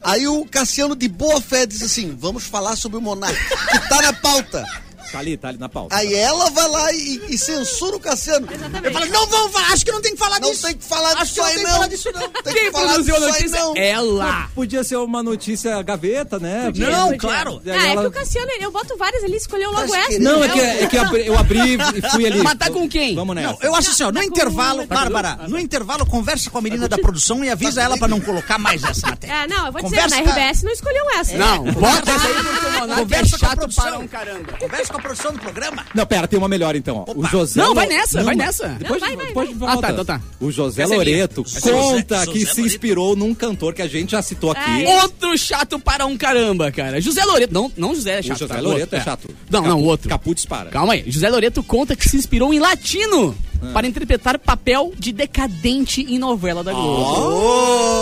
Speaker 5: Aí o Cassiano de boa fé diz assim: vamos falar sobre o Monarca, que tá na pauta.
Speaker 1: Tá ali, tá ali na pauta.
Speaker 5: Aí ela vai lá e, e censura o Cassiano.
Speaker 4: Eu
Speaker 3: Exatamente.
Speaker 4: falei, não vamos falar, acho que não tem que falar
Speaker 5: Não
Speaker 4: disso.
Speaker 5: tem que falar
Speaker 4: Acho que
Speaker 5: disso
Speaker 4: não
Speaker 5: aí,
Speaker 4: tem que
Speaker 5: não.
Speaker 4: falar disso, não.
Speaker 5: Tem
Speaker 2: Quem
Speaker 5: que falar
Speaker 2: produziu a
Speaker 5: disso aí,
Speaker 2: notícia?
Speaker 1: então,
Speaker 2: É.
Speaker 5: não.
Speaker 2: Ela.
Speaker 1: Podia ser uma notícia gaveta, né?
Speaker 3: Podia,
Speaker 4: Não,
Speaker 3: podia.
Speaker 4: claro.
Speaker 3: Ah, é que o Cassiano, eu boto várias ali, escolheu logo
Speaker 5: Tá
Speaker 3: essa.
Speaker 5: querendo-
Speaker 1: Não, é que, é que abri- eu abri e fui ali.
Speaker 2: Mas tá com quem?
Speaker 1: Vamos nessa.
Speaker 4: Não, eu acho assim,
Speaker 3: Tá
Speaker 4: ó, no intervalo,
Speaker 2: com-
Speaker 4: Bárbara, no intervalo, conversa com a menina da produção e
Speaker 3: Tá
Speaker 4: avisa ela pra não colocar mais essa matéria.
Speaker 3: É, não, eu vou
Speaker 4: Conversa-
Speaker 3: dizer, na RBS não escolheu essa.
Speaker 2: É. Não, bota essa aí porque o Monark é
Speaker 4: Conversa com
Speaker 2: chato
Speaker 4: a
Speaker 2: para
Speaker 4: produção.
Speaker 2: um caramba.
Speaker 4: Conversa com a produção do programa.
Speaker 1: Não, pera, tem uma melhor então. ó. O José
Speaker 2: Não,
Speaker 1: Lo-
Speaker 2: vai nessa, vai nessa.
Speaker 1: Depois,
Speaker 3: Não, vai, vai,
Speaker 1: depois
Speaker 3: vai.
Speaker 1: volta.
Speaker 2: Ah, tá, então tá.
Speaker 1: O José
Speaker 2: Essa é minha.
Speaker 1: Loreto
Speaker 4: é José-
Speaker 1: conta
Speaker 4: José
Speaker 1: que se
Speaker 4: Loreto.
Speaker 1: inspirou num cantor que a gente já citou aqui.
Speaker 3: Ah, é.
Speaker 2: Outro chato para um caramba, cara. José Loreto. Não, não José é
Speaker 1: O
Speaker 2: chato.
Speaker 1: José
Speaker 2: tá?
Speaker 1: Loreto
Speaker 2: outro,
Speaker 1: é chato.
Speaker 2: Não, não, o outro.
Speaker 1: Capu dispara.
Speaker 2: Calma aí. José Loreto conta que se inspirou em latino para interpretar papel de decadente em novela da Globo.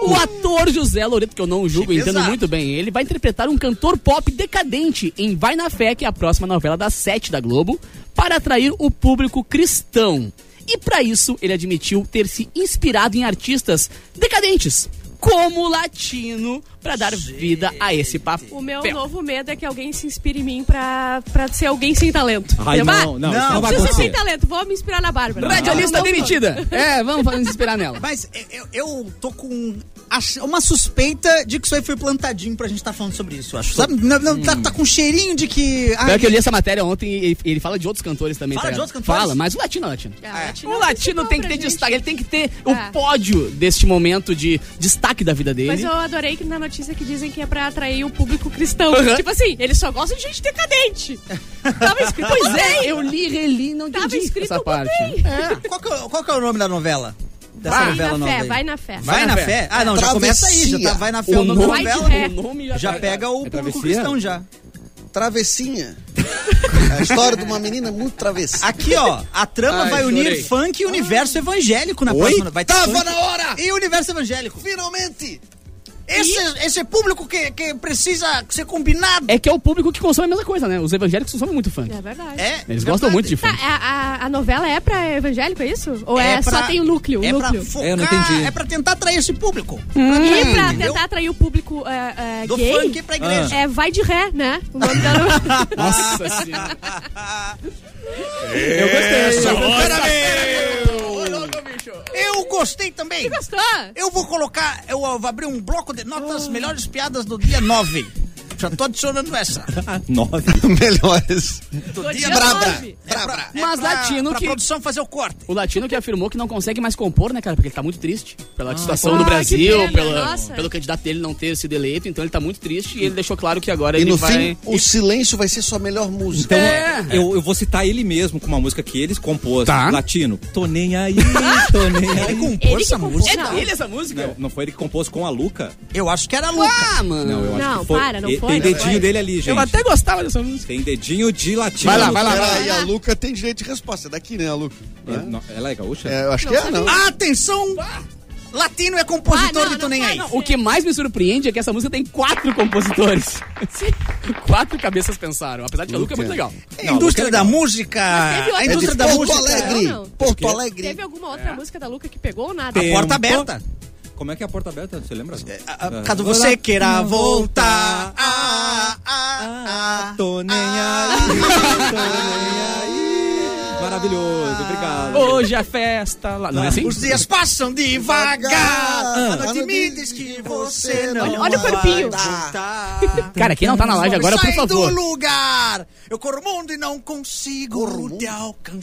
Speaker 2: O ator José Loreto, que eu não julgo,
Speaker 4: Achei
Speaker 2: entendo
Speaker 4: pesado.
Speaker 2: muito bem, ele vai interpretar um cantor pop decadente em Vai na Fé, que é a próxima novela das sete da Globo, para atrair o público cristão. E para isso, ele admitiu ter se inspirado em artistas decadentes, como o latino, para dar vida a esse papel.
Speaker 3: O meu novo medo é que alguém se inspire em mim pra, pra ser alguém sem talento.
Speaker 1: Ai,
Speaker 3: Eu-
Speaker 1: não,
Speaker 3: Ah,
Speaker 1: não, isso não
Speaker 4: não
Speaker 1: vai
Speaker 3: preciso ser sem
Speaker 1: acontecer.
Speaker 3: talento, vou me inspirar na Bárbara.
Speaker 2: Radialista
Speaker 3: Não, não, não.
Speaker 2: demitida. É, vamos fa- nos inspirar nela.
Speaker 4: Mas eu, eu tô com ach- uma suspeita de que isso aí foi plantadinho pra gente tá falando sobre isso, eu acho. Sabe? Não, não, tá,
Speaker 3: Hum.
Speaker 4: tá com cheirinho de que. ah,
Speaker 2: Pior que eu li essa matéria ontem e e ele fala de outros cantores também.
Speaker 4: Fala
Speaker 2: tá
Speaker 4: de
Speaker 2: ligado?
Speaker 4: outros cantores?
Speaker 2: Fala, mas o latino é latino.
Speaker 3: É,
Speaker 2: O latino tem que ter
Speaker 3: pra gente.
Speaker 2: destaque, ele tem que ter
Speaker 3: É.
Speaker 2: o pódio deste momento de destaque da vida dele.
Speaker 3: Mas eu adorei que na notícia que dizem que é pra atrair o público cristão.
Speaker 2: Aham.
Speaker 3: Tipo assim, eles só gostam de gente decadente. Tava escrito.
Speaker 2: Pois é, eu li, reli, não
Speaker 3: Tava
Speaker 2: entendi
Speaker 3: escrito,
Speaker 2: essa
Speaker 3: eu
Speaker 2: parte.
Speaker 3: botei.
Speaker 4: Qual que, é, qual que é o nome da novela?
Speaker 6: dessa
Speaker 3: Vai
Speaker 6: novela
Speaker 3: na
Speaker 6: nova
Speaker 3: fé,
Speaker 6: aí?
Speaker 3: vai na fé.
Speaker 6: Vai na fé? Ah, não, já começa aí, já tá, vai na fé
Speaker 4: é
Speaker 6: o nome da
Speaker 3: nome-
Speaker 6: novela.
Speaker 3: Vai É de
Speaker 2: O nome
Speaker 6: Já
Speaker 2: tá-
Speaker 6: pega o público
Speaker 1: travessia?
Speaker 6: cristão já.
Speaker 5: Travessinha. a história de uma menina muito travessa.
Speaker 6: Aqui, ó, a trama
Speaker 2: Ai,
Speaker 6: vai unir
Speaker 2: chorei.
Speaker 6: funk e universo evangélico na próxima. Vai ter
Speaker 4: Tava
Speaker 6: funk
Speaker 4: na hora!
Speaker 6: E universo evangélico.
Speaker 4: Finalmente! Esse, é, esse público que, que precisa ser combinado.
Speaker 2: É que é o público que consome a mesma coisa, né? Os evangélicos consomem muito funk.
Speaker 3: É verdade.
Speaker 4: É,
Speaker 2: Eles gostam
Speaker 4: verdade.
Speaker 2: muito de
Speaker 3: Tá,
Speaker 2: funk.
Speaker 3: a, a- a novela é pra evangélico, é isso? Ou é,
Speaker 4: pra-
Speaker 3: só tem o núcleo?
Speaker 4: É pra
Speaker 3: núcleo?
Speaker 4: focar,
Speaker 1: Eu não entendi.
Speaker 4: é pra tentar atrair esse público.
Speaker 3: E pra
Speaker 4: Entendeu?
Speaker 3: tentar atrair o público é, é,
Speaker 4: Do
Speaker 3: gay,
Speaker 4: funk pra igreja.
Speaker 3: é vai de ré, né? O nome é da novela.
Speaker 2: Nossa senhora.
Speaker 1: Eu gostei. eu gostei.
Speaker 4: Eu gostei também.
Speaker 3: Gostou?
Speaker 4: Eu vou colocar, eu vou abrir um bloco de notas
Speaker 3: Oh.
Speaker 4: melhores piadas do dia 9. Já tô adicionando essa.
Speaker 1: Nove.
Speaker 5: Melhores.
Speaker 4: Do
Speaker 3: dia nove. É
Speaker 4: Braba. É
Speaker 2: Mas latino
Speaker 4: pra
Speaker 2: que-
Speaker 4: produção fazer o corte.
Speaker 2: O latino que afirmou que não consegue mais compor, né, cara? Porque ele tá muito triste pela situação do
Speaker 3: Ah, que
Speaker 2: Brasil,
Speaker 3: pena,
Speaker 2: pela-
Speaker 3: nossa.
Speaker 2: pelo candidato dele não ter sido eleito, então ele tá muito triste e ele deixou claro que agora
Speaker 5: E
Speaker 2: ele
Speaker 5: no
Speaker 2: vai.
Speaker 5: fim, o silêncio vai ser sua melhor música.
Speaker 1: Então,
Speaker 2: É.
Speaker 1: eu, eu vou citar ele mesmo com uma música que ele compôs,
Speaker 6: Tá.
Speaker 1: latino. Tô nem aí, tô nem aí.
Speaker 4: compôs
Speaker 3: Ele que compôs, não.
Speaker 2: Ele É essa música?
Speaker 1: Não, não foi ele que compôs com a Luca?
Speaker 4: Eu acho que era Luca.
Speaker 2: Ah, mano.
Speaker 1: Não, eu acho
Speaker 3: Não,
Speaker 1: que foi.
Speaker 3: para, não
Speaker 1: E-
Speaker 3: foi,
Speaker 1: Tem
Speaker 3: não
Speaker 1: dedinho
Speaker 3: foi.
Speaker 1: dele ali, gente.
Speaker 2: Eu até gostava dessa música.
Speaker 1: Tem dedinho de latino.
Speaker 6: Vai lá, vai lá, vai lá.
Speaker 5: Peraí, a Luca tem direito de resposta. É daqui, né, a Luca?
Speaker 1: É, não, Ela é gaúcha?
Speaker 5: É, eu acho que é, não.
Speaker 4: Atenção! Latino é compositor
Speaker 3: Ah, não,
Speaker 4: de Tô
Speaker 3: não
Speaker 4: Nem
Speaker 3: quero,
Speaker 4: Aí.
Speaker 3: não.
Speaker 2: O que mais me surpreende é que essa música tem quatro compositores. quatro cabeças pensaram. Apesar de que a Luca é muito legal.
Speaker 4: É
Speaker 1: Não,
Speaker 4: indústria
Speaker 1: Luca é
Speaker 4: da
Speaker 1: legal.
Speaker 4: música.
Speaker 3: teve outra
Speaker 4: A
Speaker 5: É de
Speaker 4: indústria da
Speaker 3: música.
Speaker 5: Porto
Speaker 4: música. é.
Speaker 5: Alegre.
Speaker 3: Não, não.
Speaker 5: Porto Alegre.
Speaker 3: Teve alguma outra música da Luca que pegou ou nada?
Speaker 1: Tem.
Speaker 4: Porta aberta.
Speaker 1: Como é que é a porta aberta? Você lembra? É,
Speaker 4: Ah, Caso você queira voltar. Ah, ah, ah.
Speaker 1: Tô nem aí, tô nem aí. Maravilhoso, obrigado.
Speaker 2: Hoje a festa lá. Não é assim?
Speaker 4: Os dias passam devagar. A
Speaker 5: Ah.
Speaker 4: noite me diz que você não.
Speaker 3: Olha- olha o corpinho.
Speaker 4: vai voltar.
Speaker 2: Cara, quem não tá na live agora, por
Speaker 4: Sai
Speaker 2: favor.
Speaker 4: do lugar. Eu corro o mundo e não consigo
Speaker 5: Corro o mundo.
Speaker 4: te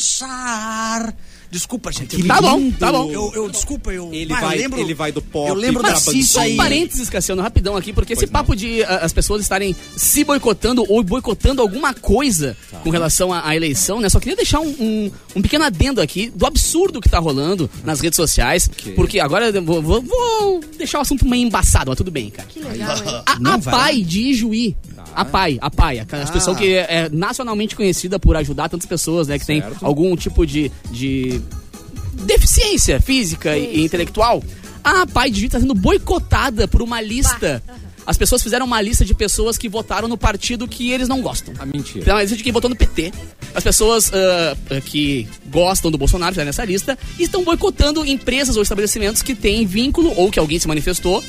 Speaker 4: alcançar. Desculpa, gente.
Speaker 2: Tá bom, tá bom.
Speaker 4: Eu, eu- desculpa, eu.
Speaker 1: Ele
Speaker 4: Ah, eu
Speaker 1: vai-
Speaker 4: lembro-
Speaker 1: ele vai do pop
Speaker 4: Eu lembro
Speaker 1: pra
Speaker 4: da Cissa
Speaker 2: Só um
Speaker 4: aí.
Speaker 2: parênteses, Cassiano, rapidão aqui, porque esse
Speaker 1: Pois não.
Speaker 2: papo de ah, as pessoas estarem se boicotando ou boicotando alguma coisa
Speaker 1: Tá.
Speaker 2: com relação à, à eleição, né? Só queria deixar um, um, um pequeno adendo aqui do absurdo que tá rolando nas redes sociais, porque agora eu vou, vou- vou deixar o assunto meio embaçado, mas tudo bem, cara.
Speaker 3: Que legal, hein?
Speaker 2: A, a PAI de Ijuí. A PAI, a PAI, a instituição que é, é nacionalmente conhecida por ajudar tantas pessoas, né? Que tem
Speaker 1: Certo.
Speaker 2: algum tipo de, de deficiência física e intelectual. A PAI de Ijuí está sendo boicotada por uma lista. As pessoas fizeram uma lista de pessoas que votaram no partido que eles não gostam.
Speaker 1: Ah, mentira.
Speaker 2: Então, existe quem votou no PT. As pessoas ah, ah, que gostam do Bolsonaro, já nessa lista, estão boicotando empresas ou estabelecimentos que têm vínculo ou que alguém se manifestou.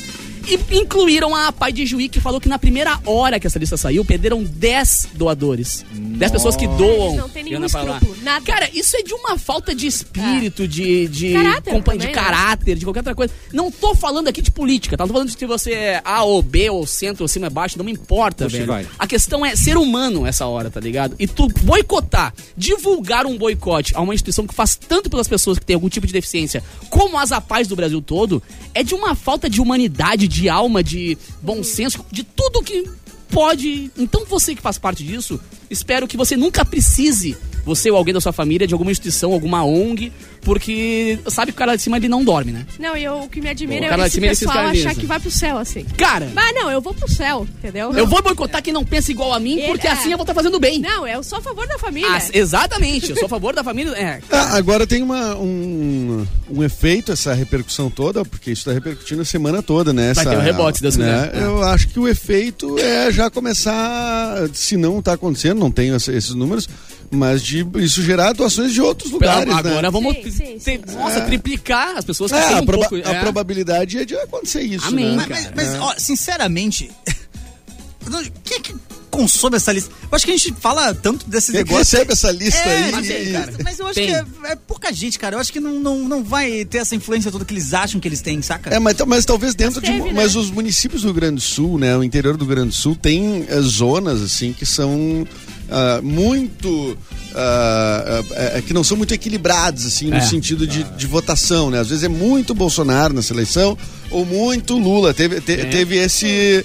Speaker 2: E incluíram a Pai de Juí, que falou que na primeira hora que essa lista saiu, perderam 10 doadores. 10 pessoas que doam.
Speaker 3: Não tem nenhum
Speaker 2: grana pra lá.
Speaker 3: escrúpulo, nada.
Speaker 2: Cara, isso é de uma falta de espírito, de, de,
Speaker 3: Caráter
Speaker 2: compa- de
Speaker 3: também, né?
Speaker 2: caráter, de qualquer outra coisa. Não tô falando aqui de política, tá? Não tô falando de que você é A ou B, ou centro, ou cima, ou baixo, não me importa,
Speaker 1: Puxa,
Speaker 2: velho.
Speaker 1: vai.
Speaker 2: A questão é ser humano essa hora, tá ligado? E tu boicotar, divulgar um boicote a uma instituição que faz tanto pelas pessoas que têm algum tipo de deficiência, como as apais do Brasil todo, é de uma falta de humanidade, de alma, de bom senso, de tudo que pode. Então você que faz parte disso, espero que você nunca precise, você ou alguém da sua família, de alguma instituição, alguma ONG, porque sabe que o cara lá de cima ele não dorme, né?
Speaker 3: Não, e eu, o que me
Speaker 2: Bom,
Speaker 3: admira
Speaker 2: cara,
Speaker 3: é
Speaker 2: se
Speaker 3: esse
Speaker 2: merecer,
Speaker 3: pessoal
Speaker 2: cara,
Speaker 3: achar
Speaker 2: mereça.
Speaker 3: que vai pro céu, assim.
Speaker 2: Cara,
Speaker 3: Mas não, eu vou pro céu, entendeu?
Speaker 2: eu vou boicotar quem não pensa igual a mim,
Speaker 3: Ele-
Speaker 2: porque
Speaker 3: é.
Speaker 2: assim eu vou estar fazendo bem.
Speaker 3: Não, eu sou a favor da família.
Speaker 2: Ah, exatamente, eu sou a favor da família. É,
Speaker 5: Ah, agora tem uma, um, um efeito essa repercussão toda, porque isso está repercutindo a semana toda, né?
Speaker 2: Vai
Speaker 5: Essa,
Speaker 2: ter um rebote, se Deus
Speaker 5: né?
Speaker 2: quiser.
Speaker 5: Eu acho que o efeito é já começar, se não está acontecendo, não tenho esse- esses números, mas de isso gerar doações de outros
Speaker 2: Pela-
Speaker 5: lugares,
Speaker 2: agora
Speaker 5: né?
Speaker 2: vamos
Speaker 3: Sim,
Speaker 2: tri-
Speaker 3: sim, sim.
Speaker 2: ter- nossa, triplicar as pessoas que
Speaker 5: É,
Speaker 2: têm
Speaker 5: a,
Speaker 2: um
Speaker 5: proba-
Speaker 2: pouco.
Speaker 5: a
Speaker 2: é.
Speaker 5: probabilidade é de acontecer isso,
Speaker 2: Amém,
Speaker 5: né?
Speaker 4: Mas, mas-
Speaker 2: cara.
Speaker 4: mas, ó, sinceramente, quem é que consome essa lista? Eu acho que a gente fala tanto desse
Speaker 5: Quem é que
Speaker 4: negócio.
Speaker 5: recebe essa lista aí?
Speaker 4: mas,
Speaker 2: tem, cara.
Speaker 4: mas eu acho
Speaker 2: Tem.
Speaker 4: que é, é pouca gente, cara. Eu acho que não, não, não vai ter essa influência toda que eles acham que eles têm, saca?
Speaker 5: É, mas, tal- mas talvez dentro
Speaker 3: Mas teve,
Speaker 5: de.
Speaker 3: né?
Speaker 5: Mas os municípios do Rio Grande do Sul, né? O interior do Rio Grande do Sul tem eh, zonas, assim, que são ah, muito. ah, ah, eh, que não são muito equilibrados, assim, no
Speaker 2: É.
Speaker 5: sentido de, de votação, né? Às vezes é muito Bolsonaro nessa eleição ou muito Lula. Teve, te- teve esse. eh,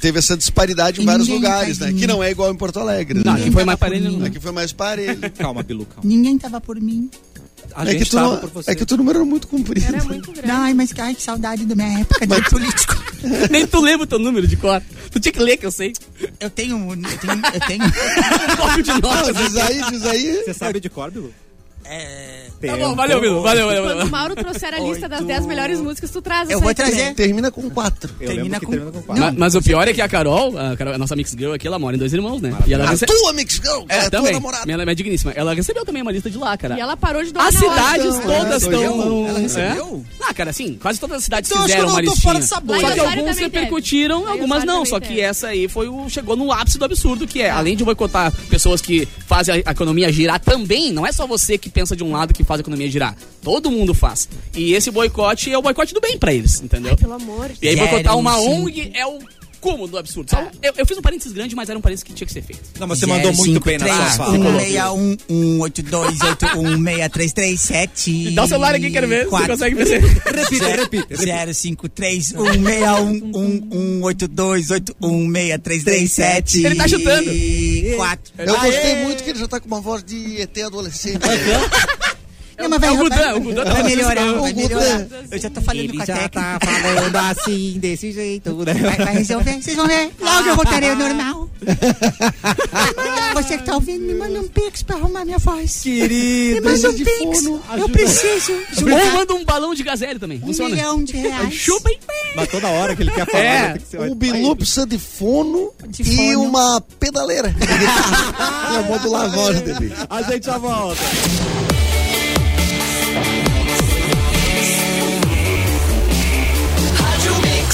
Speaker 5: Teve essa disparidade em
Speaker 4: E
Speaker 5: vários
Speaker 4: ninguém
Speaker 5: lugares,
Speaker 4: cai
Speaker 5: né?
Speaker 4: em
Speaker 5: Que
Speaker 4: mim.
Speaker 5: não é igual em Porto Alegre.
Speaker 2: Não,
Speaker 5: né?
Speaker 2: aqui foi mais parelho.
Speaker 5: Aqui foi mais parelho.
Speaker 1: Calma, Bilu, calma.
Speaker 4: Ninguém tava por mim.
Speaker 1: a
Speaker 5: É que,
Speaker 1: gente
Speaker 5: tu
Speaker 1: tava
Speaker 5: não-
Speaker 1: por você.
Speaker 5: é que o teu número era muito comprido.
Speaker 3: Era muito grande.
Speaker 6: Ai, mas ai, que saudade da minha época de político.
Speaker 2: Nem tu lembra o teu número de cor. Tu tinha que ler, que eu um, sei.
Speaker 6: Eu tenho, eu tenho, eu tenho.
Speaker 2: Cópia de
Speaker 5: Ah,
Speaker 2: nós.
Speaker 5: diz aí, diz aí.
Speaker 1: Você sabe de cor, Bilu?
Speaker 6: É,
Speaker 2: Tá bom, valeu, Bilu. Valeu, valeu,
Speaker 3: Quando o
Speaker 2: valeu.
Speaker 3: Mauro trouxer a lista das
Speaker 6: Oito.
Speaker 3: 10 melhores músicas, tu traz
Speaker 6: Eu
Speaker 3: essa
Speaker 6: vou
Speaker 3: aí também.
Speaker 6: trazer.
Speaker 5: Termina com quatro.
Speaker 1: Eu lembro
Speaker 6: Termina
Speaker 1: que
Speaker 6: com-
Speaker 1: termina com quatro.
Speaker 2: Ma- Mas o pior é que a Carol, a, Carol, a nossa Mix Girl aqui, ela mora em dois irmãos, né? E ela
Speaker 5: A
Speaker 2: recebe.
Speaker 5: tua, Mix Girl, é, a tua
Speaker 2: também.
Speaker 5: namorada.
Speaker 2: Minha, minha digníssima. Ela recebeu também uma lista de lá,
Speaker 1: Tá.
Speaker 2: cara.
Speaker 3: E ela parou de doar
Speaker 2: As
Speaker 3: na hora.
Speaker 2: cidades
Speaker 5: então,
Speaker 2: todas
Speaker 5: ela recebeu?
Speaker 2: estão.
Speaker 6: Ela recebeu?
Speaker 2: É? Ah, cara, sim. Quase todas as cidades
Speaker 6: Então, acho
Speaker 2: fizeram
Speaker 6: que eu
Speaker 2: uma
Speaker 6: não tô
Speaker 2: listinha.
Speaker 6: fora dessa bolha.
Speaker 2: Só que
Speaker 3: Lá em Osório
Speaker 2: algumas
Speaker 3: também teve.
Speaker 2: repercutiram,
Speaker 3: Lá em
Speaker 2: algumas
Speaker 3: Osório
Speaker 2: não.
Speaker 3: também
Speaker 2: Só que
Speaker 3: teve.
Speaker 2: essa aí foi o, chegou no ápice do absurdo, que é, além de boicotar pessoas que fazem a economia girar também, não é só você que pensa de um lado que faz a economia girar. Todo mundo faz. E esse boicote é o boicote do bem pra eles, entendeu?
Speaker 3: Pelo amor de
Speaker 2: E aí
Speaker 6: Zero,
Speaker 2: boicotar uma
Speaker 6: cinco.
Speaker 2: ONG é o cúmulo do absurdo. Só um- eu, eu fiz um parênteses grande, mas era um parênteses que tinha que ser feito.
Speaker 1: Não, mas você mandou muito bem na sua fala.
Speaker 2: um,
Speaker 1: Bilu.
Speaker 6: 0531818181337.
Speaker 2: Dá o celular aqui, quero ver se você consegue ver.
Speaker 1: Repita, repita.
Speaker 6: 053161182816337.
Speaker 2: Ele tá chutando.
Speaker 6: 4.
Speaker 5: Eu gostei muito que ele já tá com uma voz de ET adolescente.
Speaker 6: Não, mas vai,
Speaker 2: É o Gudan,
Speaker 6: vai,
Speaker 2: o Gudan tá
Speaker 6: vai
Speaker 2: fazendo
Speaker 6: melhorar,
Speaker 2: isso,
Speaker 6: vai
Speaker 5: o
Speaker 6: melhorar.
Speaker 5: Gudan.
Speaker 6: Eu já tô falando com a técnica.
Speaker 2: tá
Speaker 4: falando assim, desse jeito.
Speaker 6: Vai, vai resolver, vocês vão ver. Logo eu voltarei ao normal. Você que tá ouvindo, me manda um pix pra arrumar minha voz.
Speaker 1: Querido.
Speaker 6: Me manda um
Speaker 5: de
Speaker 6: pix.
Speaker 5: fono,
Speaker 6: Eu preciso
Speaker 2: Ou
Speaker 6: juntar
Speaker 2: manda um balão de gazelle também.
Speaker 6: um
Speaker 2: Funciona.
Speaker 6: milhão de reais.
Speaker 2: Chupa e
Speaker 1: Mas toda hora que ele quer falar,
Speaker 2: É.
Speaker 1: tem que ser...
Speaker 5: O Bilu precisa de fono
Speaker 6: De
Speaker 5: Um e
Speaker 6: fono.
Speaker 5: uma Ah, é. pedaleira. Eu modular a voz dele.
Speaker 1: A gente já volta.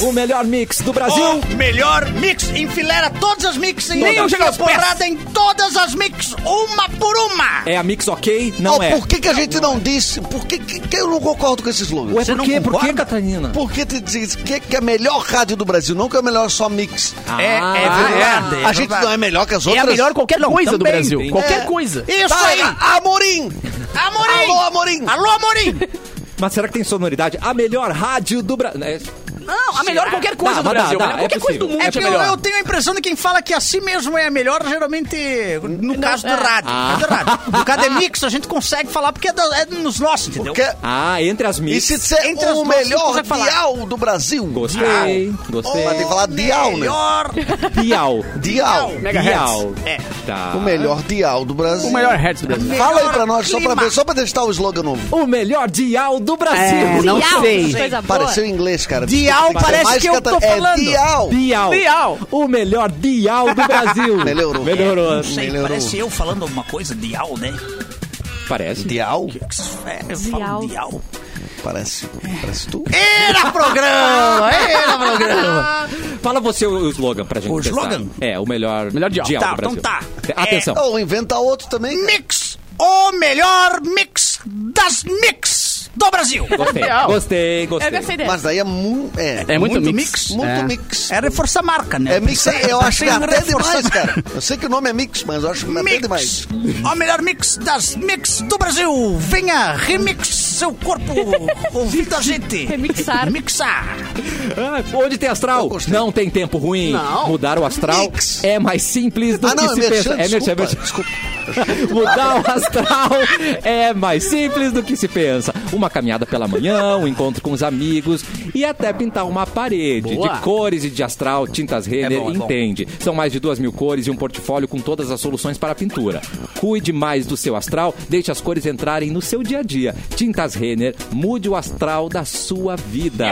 Speaker 1: O melhor mix do Brasil.
Speaker 4: O melhor mix, enfilera todas as mix em
Speaker 1: Nem eu chego aos pés.
Speaker 4: porrada em todas as mix, uma por uma.
Speaker 1: É a Mix Ok? Não
Speaker 5: Ó,
Speaker 1: é.
Speaker 5: Por que, que a gente não disse? Por que, que, que eu não concordo com esses slogan?
Speaker 1: Ué,
Speaker 4: Você
Speaker 1: por
Speaker 4: não
Speaker 1: quê? Por
Speaker 4: concorda?
Speaker 1: que, Catarina?
Speaker 5: Por que te diz que, que é a melhor rádio do Brasil? Não que é a melhor só mix.
Speaker 1: Ah,
Speaker 4: verdade.
Speaker 5: a gente não é melhor que as outras.
Speaker 2: qualquer coisa do Brasil. Qualquer coisa.
Speaker 4: Isso
Speaker 5: Tá,
Speaker 4: aí.
Speaker 5: Amorim!
Speaker 4: Amorim.
Speaker 5: Alô, Amorim!
Speaker 4: Alô, Amorim.
Speaker 1: Mas será que tem sonoridade? A melhor rádio do né? Brasil.
Speaker 2: Não, a melhor é qualquer
Speaker 1: Dá,
Speaker 2: coisa do
Speaker 1: dá,
Speaker 2: Brasil.
Speaker 1: dá,
Speaker 2: cara.
Speaker 1: é
Speaker 2: qualquer coisa
Speaker 1: possível.
Speaker 2: do mundo
Speaker 4: É
Speaker 2: é,
Speaker 4: porque eu,
Speaker 2: melhor.
Speaker 4: eu tenho a impressão de quem fala que assim mesmo é a melhor, geralmente, no caso do rádio. No caso do
Speaker 5: Ah.
Speaker 4: rádio. No caso de mix, a gente consegue falar porque é, da- é nos nossos, entendeu?
Speaker 5: Porque,
Speaker 1: Ah, entre as
Speaker 5: e
Speaker 1: mix.
Speaker 5: se disser
Speaker 4: Entre as
Speaker 5: o
Speaker 4: nossas, não
Speaker 5: melhor
Speaker 4: consegue falar.
Speaker 5: dial do Brasil?
Speaker 1: Gostei. Gostei.
Speaker 5: Mas tem que falar dial, né?
Speaker 4: Melhor.
Speaker 1: Piau.
Speaker 5: Dial.
Speaker 1: Piau.
Speaker 4: É.
Speaker 1: Tá.
Speaker 5: O melhor dial do Brasil.
Speaker 2: O melhor hertz do Brasil.
Speaker 5: Fala aí pra
Speaker 4: melhor
Speaker 5: nós, só pra
Speaker 4: clima.
Speaker 5: ver, só pra testar o slogan novo.
Speaker 1: O melhor dial do
Speaker 2: É,
Speaker 1: Brasil.
Speaker 2: não
Speaker 3: Dial,
Speaker 2: sei.
Speaker 3: Coisa boa.
Speaker 5: Pareceu em inglês, cara.
Speaker 4: Dial
Speaker 5: Desculpa, tem
Speaker 4: parece
Speaker 5: mais
Speaker 4: que eu tô
Speaker 5: é
Speaker 4: falando.
Speaker 5: Dial.
Speaker 1: Dial.
Speaker 2: Dial.
Speaker 1: O melhor dial do Brasil.
Speaker 5: Melhorou.
Speaker 1: Melhorou.
Speaker 4: Não sei,
Speaker 5: Melhorou.
Speaker 4: parece eu falando alguma coisa, dial, né?
Speaker 1: Parece.
Speaker 5: Dial?
Speaker 4: É, eu
Speaker 3: Dial.
Speaker 4: falo dial.
Speaker 5: Parece. Parece tu.
Speaker 4: Era programa! Era programa!
Speaker 1: Fala você o o slogan pra gente
Speaker 4: O
Speaker 1: testar.
Speaker 4: slogan?
Speaker 1: É, o melhor,
Speaker 2: Melhor dial.
Speaker 1: dial
Speaker 4: Tá,
Speaker 1: do Brasil.
Speaker 4: então tá.
Speaker 1: Te- Atenção.
Speaker 5: Ou inventa outro também.
Speaker 4: Mix! O melhor mix das mix do Brasil!
Speaker 1: Gostei,
Speaker 2: Dial.
Speaker 1: gostei, gostei.
Speaker 3: Eu gostei dessa.
Speaker 5: Mas daí é muito. É,
Speaker 2: É muito,
Speaker 4: Muito
Speaker 2: mix.
Speaker 4: mix.
Speaker 5: muito
Speaker 2: É.
Speaker 5: mix. É,
Speaker 4: É reforçar a marca, né?
Speaker 5: mix,
Speaker 4: Pensei-
Speaker 5: eu acho
Speaker 4: pensei
Speaker 5: que é
Speaker 4: em
Speaker 5: até
Speaker 4: reforçar-
Speaker 5: demais, cara. Eu sei que o nome é mix, mas eu acho que é até demais.
Speaker 4: Mix! O melhor mix das mix do Brasil! Venha remix seu corpo! Convida a gente!
Speaker 3: Remixar.
Speaker 4: Mixar!
Speaker 1: Ah, Onde tem
Speaker 5: Eu
Speaker 1: astral,
Speaker 5: gostei.
Speaker 1: não tem tempo ruim.
Speaker 2: Não.
Speaker 1: Mudar o astral
Speaker 5: Mix.
Speaker 1: é mais simples do
Speaker 5: Ah, não,
Speaker 1: que
Speaker 5: é
Speaker 1: se
Speaker 5: merchan,
Speaker 1: pensa. É merchan, é
Speaker 5: desculpa.
Speaker 1: merchan.
Speaker 5: desculpa.
Speaker 1: Mudar o astral é mais simples do que se pensa. Uma caminhada pela manhã, um encontro com os amigos e até pintar uma parede
Speaker 2: Boa.
Speaker 1: de cores e de astral, tintas Renner,
Speaker 4: bom, é bom.
Speaker 1: entende. São mais de duas mil cores e um portfólio com todas as soluções para a pintura. Cuide mais do seu astral, deixe as cores entrarem no seu dia a dia. Tintas Renner, mude o astral da sua vida.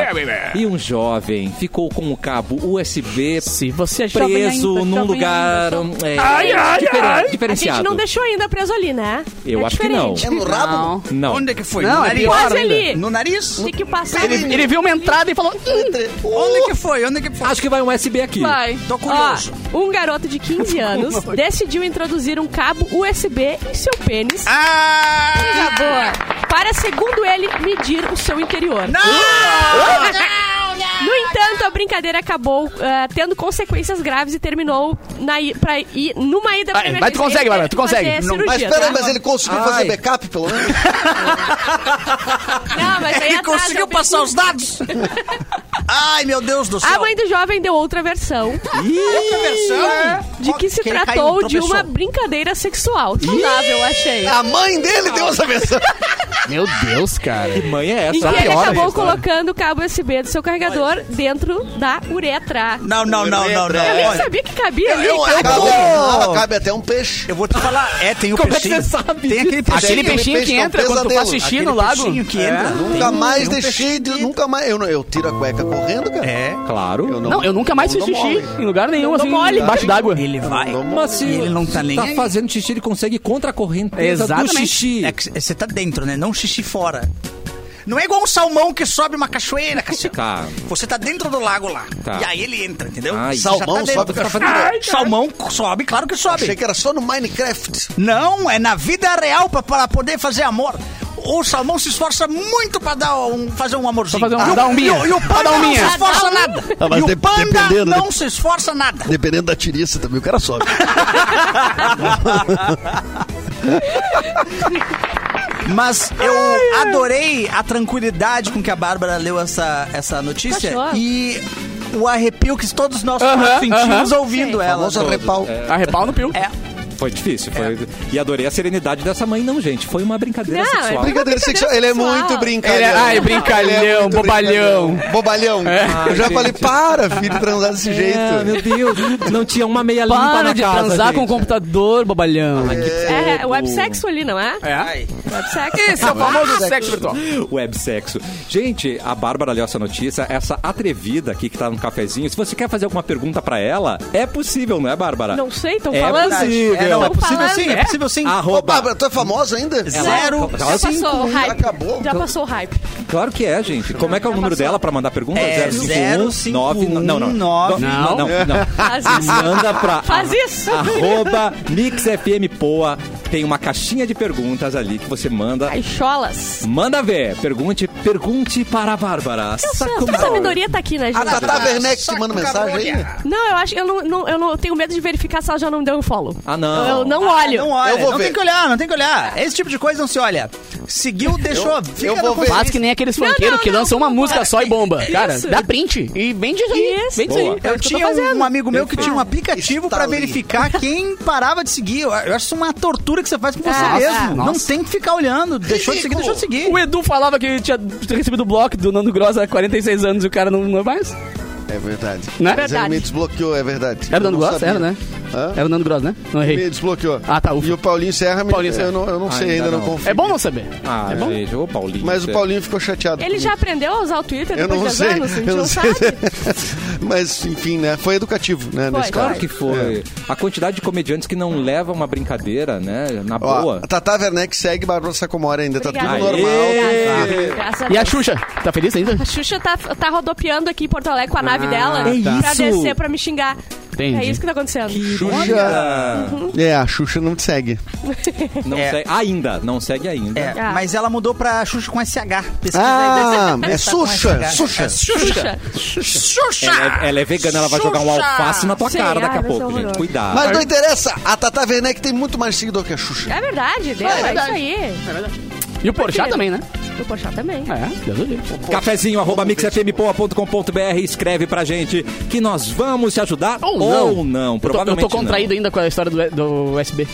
Speaker 1: E um jovem ficou com o cabo USB
Speaker 2: Se você é jovem
Speaker 1: preso
Speaker 2: ainda,
Speaker 1: num
Speaker 2: jovem
Speaker 1: lugar
Speaker 2: ainda.
Speaker 1: é, diferen-
Speaker 3: A
Speaker 1: diferenciado.
Speaker 3: gente não deixou ainda preso ali, né?
Speaker 1: Eu acho que não.
Speaker 5: É no rabo?
Speaker 2: Não.
Speaker 1: Não.
Speaker 4: Onde é que foi?
Speaker 2: Não,
Speaker 4: no
Speaker 2: é
Speaker 4: nariz?
Speaker 2: pior
Speaker 3: Quase
Speaker 2: ainda.
Speaker 3: ali.
Speaker 4: No nariz?
Speaker 3: Tem que passar ali.
Speaker 2: Ele viu uma entrada e falou... "Hum,
Speaker 4: Onde que foi? Onde que foi?
Speaker 1: Acho que vai um USB aqui.
Speaker 3: Vai.
Speaker 4: Tô curioso.
Speaker 3: Ó, um garoto de 15 anos decidiu introduzir um cabo USB em seu pênis.
Speaker 4: Ah!
Speaker 3: Coisa boa. Para, segundo ele, medir o seu interior. Uh!
Speaker 4: Não!
Speaker 3: No entanto, a brincadeira acabou ah, tendo consequências graves e terminou na i- pra ir numa ida pra
Speaker 2: Vai,
Speaker 3: emergência.
Speaker 2: vai, tu consegue,
Speaker 3: Ele
Speaker 2: Bárbara,
Speaker 3: teve
Speaker 2: tu
Speaker 3: que
Speaker 2: consegue.
Speaker 3: fazer
Speaker 2: Não,
Speaker 3: cirurgia,
Speaker 5: Mas peraí,
Speaker 3: tá?
Speaker 5: mas ele conseguiu fazer
Speaker 1: Ai.
Speaker 5: backup, pelo menos?
Speaker 3: Não, mas aí
Speaker 4: Ele
Speaker 3: atrasa
Speaker 4: conseguiu
Speaker 3: o
Speaker 4: passar os dados? Ai, meu Deus do céu.
Speaker 3: A mãe do jovem deu outra versão
Speaker 4: Outra versão?
Speaker 3: de que se
Speaker 4: ele caiu,
Speaker 3: tratou de
Speaker 4: tropeçou.
Speaker 3: uma
Speaker 5: É.
Speaker 3: brincadeira sexual. Saudável, achei.
Speaker 5: A mãe dele deu essa versão.
Speaker 7: Meu Deus, cara.
Speaker 1: Mãe é
Speaker 3: E
Speaker 1: essa?
Speaker 3: que ele
Speaker 7: piora a
Speaker 3: acabou
Speaker 7: história.
Speaker 3: colocando o cabo USB do seu carregador dentro da uretra.
Speaker 4: Não, não, não, não, não.
Speaker 3: Eu nem
Speaker 4: Olha,
Speaker 3: sabia que cabia ali.
Speaker 5: Eu,
Speaker 3: cara.
Speaker 5: cabe,
Speaker 4: tô-
Speaker 5: cabe até um peixe.
Speaker 4: eu vou te falar. É, tem o
Speaker 7: Como é que
Speaker 4: peixinho.
Speaker 7: você sabe?
Speaker 4: Tem aquele peixinho.
Speaker 7: Aquele
Speaker 5: aquele
Speaker 7: peixinho que
Speaker 5: peixe é um
Speaker 7: entra quando tu faz
Speaker 5: pesadelo.
Speaker 7: xixi
Speaker 4: aquele
Speaker 7: no lago.
Speaker 4: peixinho que
Speaker 7: É.
Speaker 4: entra.
Speaker 5: Nunca
Speaker 4: Tem-
Speaker 5: mais
Speaker 4: tem um
Speaker 5: deixei de.
Speaker 4: peixinho.
Speaker 5: Nunca mais. Eu, não- eu tiro a cueca correndo, cara.
Speaker 4: É.
Speaker 1: Claro.
Speaker 5: Eu
Speaker 2: Não, eu nunca mais
Speaker 5: eu
Speaker 2: fiz
Speaker 5: não
Speaker 2: xixi
Speaker 5: mole.
Speaker 2: em lugar nenhum,
Speaker 3: Eu não
Speaker 2: assim,
Speaker 3: dou mole.
Speaker 2: embaixo d'água.
Speaker 4: Ele vai.
Speaker 5: Não dou
Speaker 1: Mas se
Speaker 4: ele não tá nem
Speaker 1: tá
Speaker 4: aí.
Speaker 1: fazendo xixi, ele consegue contra a correnteza do
Speaker 2: Exatamente.
Speaker 1: xixi.
Speaker 4: É que você tá dentro, né? Não xixi fora. Não é igual um salmão que sobe uma cachoeira, Cassiano.
Speaker 1: Tá.
Speaker 4: Você tá dentro do lago lá.
Speaker 1: Tá.
Speaker 4: E aí ele entra, entendeu?
Speaker 1: Ai.
Speaker 4: Você já
Speaker 5: Salmão
Speaker 4: tá dentro.
Speaker 5: sobe cachoeira.
Speaker 4: Ah, Salmão sobe, claro que sobe.
Speaker 5: Achei que era só no Minecraft.
Speaker 4: Não, é na vida real pra, pra poder fazer amor. O salmão se esforça muito pra dar um, fazer um amorzinho.
Speaker 2: Pra fazer um-
Speaker 4: E o-
Speaker 2: dar um minha.
Speaker 4: E o, e o
Speaker 2: Pra
Speaker 4: panda
Speaker 2: dar um
Speaker 4: não se
Speaker 2: minha.
Speaker 4: esforça nada.
Speaker 5: Ah, mas
Speaker 4: e o
Speaker 5: de-
Speaker 4: panda
Speaker 5: dependendo, né?
Speaker 4: não se esforça nada.
Speaker 5: Dependendo da tiriça também, o cara sobe.
Speaker 4: Mas eu adorei a tranquilidade com que a Bárbara leu essa, essa notícia
Speaker 3: Cachorro.
Speaker 4: e o arrepio que todos nós
Speaker 2: Aham,
Speaker 4: sentimos
Speaker 2: aham.
Speaker 4: ouvindo
Speaker 3: Sim.
Speaker 4: ela.
Speaker 5: Famoso repau.
Speaker 2: Arrepau no pio.
Speaker 4: É.
Speaker 1: Foi difícil. Foi... E adorei a serenidade dessa mãe, não, gente. Foi uma brincadeira
Speaker 3: Não,
Speaker 1: sexual.
Speaker 3: é-
Speaker 5: Brincadeira sexual. Ele é
Speaker 3: sexual.
Speaker 5: muito brincalhão.
Speaker 2: Ele é- ai, brincalhão,
Speaker 5: Ele muito
Speaker 2: bobalhão.
Speaker 5: brincalhão. Bobalhão. eu já
Speaker 1: gente.
Speaker 5: falei, para, filho, transar desse
Speaker 1: É,
Speaker 5: jeito.
Speaker 1: meu Deus. Não tinha uma meia limpa
Speaker 2: Para
Speaker 1: na
Speaker 2: de
Speaker 1: casa,
Speaker 2: transar com o
Speaker 1: gente.
Speaker 2: computador, bobalhão.
Speaker 3: É, websexo ali, não é?
Speaker 2: É.
Speaker 3: Websexo.
Speaker 2: Esse é o famoso sexo virtual.
Speaker 1: Web sexo. Gente, a Bárbara leu essa notícia, essa atrevida aqui que tá no cafezinho. Se você quer fazer alguma pergunta pra ela, é possível, não é, Bárbara?
Speaker 3: Não sei, estão
Speaker 1: É
Speaker 3: falando.
Speaker 1: possível.
Speaker 4: É, não, é
Speaker 3: Tão
Speaker 4: possível
Speaker 3: falando.
Speaker 4: sim, é possível sim.
Speaker 5: Ô,
Speaker 1: Arroba.
Speaker 5: Bárbara, tu é famosa ainda?
Speaker 4: Zero.
Speaker 1: Ela-
Speaker 3: Já passou o
Speaker 5: Cinco,
Speaker 3: hype.
Speaker 5: acabou.
Speaker 3: Já passou o hype.
Speaker 1: Claro que é, gente. Como é que é o número dela pra mandar pergunta?
Speaker 4: É,
Speaker 1: 051
Speaker 4: 051
Speaker 1: nove- Não, não. Não,
Speaker 4: nove-
Speaker 1: não. não, não.
Speaker 3: Faz isso.
Speaker 1: Manda pra
Speaker 3: Faz isso.
Speaker 1: Ah. arroba mixfmpoa. Tem uma caixinha de perguntas ali que você manda.
Speaker 3: Caixolas.
Speaker 1: Manda ver. Pergunte, pergunte para a Bárbara. Sacomori.
Speaker 3: A sabedoria tá aqui, né,
Speaker 5: A
Speaker 3: gente?
Speaker 5: Tata Werneck te manda
Speaker 4: Saco
Speaker 5: mensagem aí?
Speaker 4: cabolha.
Speaker 3: Não, eu acho que eu não, não- eu não- eu tenho medo de verificar se ela já não deu um follow. Então,
Speaker 1: Ah, não.
Speaker 3: Eu, eu não
Speaker 4: Ah,
Speaker 3: olho.
Speaker 4: Não olha,
Speaker 5: Eu vou
Speaker 4: não
Speaker 5: ver.
Speaker 4: tem que olhar, não tem que olhar. Esse tipo de coisa não se olha. Seguiu, deixou. fica
Speaker 5: eu vou
Speaker 4: no-
Speaker 5: ver.
Speaker 2: Faz que nem aqueles
Speaker 3: Não,
Speaker 2: funkeiros
Speaker 3: não,
Speaker 2: que
Speaker 3: não,
Speaker 2: lançam uma
Speaker 3: não,
Speaker 2: música
Speaker 3: para.
Speaker 2: só e bomba.
Speaker 3: Isso.
Speaker 2: Cara, dá print e vende isso aí.
Speaker 3: Isso.
Speaker 2: Vende isso aí.
Speaker 1: Boa.
Speaker 2: É
Speaker 4: Eu
Speaker 2: o que tô
Speaker 4: tinha
Speaker 2: fazendo.
Speaker 4: um amigo meu que tinha um aplicativo
Speaker 5: Está
Speaker 4: pra
Speaker 5: ali.
Speaker 4: verificar quem parava de seguir. Eu- Eu acho isso uma tortura que você faz com você
Speaker 3: Ah,
Speaker 4: mesmo.
Speaker 2: nossa.
Speaker 4: Não tem que ficar olhando. Deixou de seguir, deixou de seguir.
Speaker 2: O Edu falava que tinha recebido o bloco do Nando Gross há 46 anos e o cara não, não é mais.
Speaker 5: É verdade.
Speaker 2: Não é?
Speaker 5: Mas ele
Speaker 3: Verdade.
Speaker 5: me desbloqueou, é verdade.
Speaker 2: Era o
Speaker 5: Eu
Speaker 2: Nando
Speaker 5: não
Speaker 2: Gross?
Speaker 5: sabia.
Speaker 2: Era, né?
Speaker 5: Hã?
Speaker 2: Era o Nando Gross, né? Não
Speaker 5: Me
Speaker 2: errei.
Speaker 5: desbloqueou.
Speaker 2: Ah, tá, ufa.
Speaker 5: E o Paulinho Serra, me...
Speaker 2: Paulinho Serra.
Speaker 5: Eu, não, eu não sei,
Speaker 1: Ainda
Speaker 5: ainda, não,
Speaker 1: não.
Speaker 5: confio.
Speaker 2: É bom não saber.
Speaker 1: Ah,
Speaker 2: é bom.
Speaker 1: gente, ô Paulinho.
Speaker 5: Mas o
Speaker 1: você-
Speaker 5: Paulinho ficou chateado.
Speaker 3: Ele
Speaker 5: comigo.
Speaker 3: já aprendeu a usar o Twitter
Speaker 5: Eu
Speaker 3: depois
Speaker 5: não
Speaker 3: de
Speaker 5: sei.
Speaker 3: anos? A gente
Speaker 5: eu não
Speaker 3: não
Speaker 5: sei.
Speaker 3: sabe.
Speaker 5: Mas, enfim, né? Foi educativo, né?
Speaker 3: Foi, foi.
Speaker 5: nesse caso.
Speaker 1: Claro que foi. A quantidade de comediantes que não levam uma brincadeira, né? Na
Speaker 5: Ó,
Speaker 1: boa.
Speaker 5: a Tata Werneck segue Bárbara Sacomori ainda. Tá
Speaker 3: Obrigada.
Speaker 5: tudo normal.
Speaker 1: Aê!
Speaker 3: Graças
Speaker 2: E a
Speaker 3: Deus.
Speaker 2: Xuxa? Tá feliz ainda?
Speaker 3: A Xuxa tá, tá rodopiando aqui em Porto Alegre com a nave
Speaker 2: Ah,
Speaker 3: dela
Speaker 1: tá.
Speaker 3: pra
Speaker 1: Isso.
Speaker 3: descer pra me xingar.
Speaker 2: Entendi.
Speaker 3: É isso que tá acontecendo.
Speaker 1: Xuxa.
Speaker 5: É, a Xuxa não te segue.
Speaker 1: Não
Speaker 4: É.
Speaker 1: segue, ainda, não segue ainda.
Speaker 4: É,
Speaker 3: Ah.
Speaker 4: mas ela mudou pra Xuxa com SH. Pesquisa
Speaker 5: Ah,
Speaker 4: aí,
Speaker 5: é
Speaker 4: Tá com
Speaker 5: Xuxa,
Speaker 4: SH.
Speaker 5: Xuxa.
Speaker 4: É Xuxa.
Speaker 3: Xuxa.
Speaker 4: Xuxa.
Speaker 1: Ela
Speaker 2: Ah,
Speaker 1: é, ela é vegana, ela vai jogar um
Speaker 4: Xuxa.
Speaker 1: alface na tua
Speaker 3: Sim,
Speaker 1: cara
Speaker 3: ai,
Speaker 1: daqui a
Speaker 3: vai ser
Speaker 1: pouco, gente.
Speaker 3: horroroso.
Speaker 1: Cuidado.
Speaker 5: Mas não interessa. A Tata Werneck tem muito mais seguidor que a Xuxa.
Speaker 3: É verdade, deu, é, isso aí.
Speaker 2: E o Porchat também, né?
Speaker 3: O Porchat também.
Speaker 2: É, Deus do livre.
Speaker 1: Cafezinho, arroba mixfmpoa.com.br, escreve pra gente que nós vamos te ajudar
Speaker 2: Ou
Speaker 1: ou
Speaker 2: não.
Speaker 1: não.
Speaker 2: Eu tô, eu
Speaker 1: Provavelmente
Speaker 2: tô contraído ainda com a história do, do USB.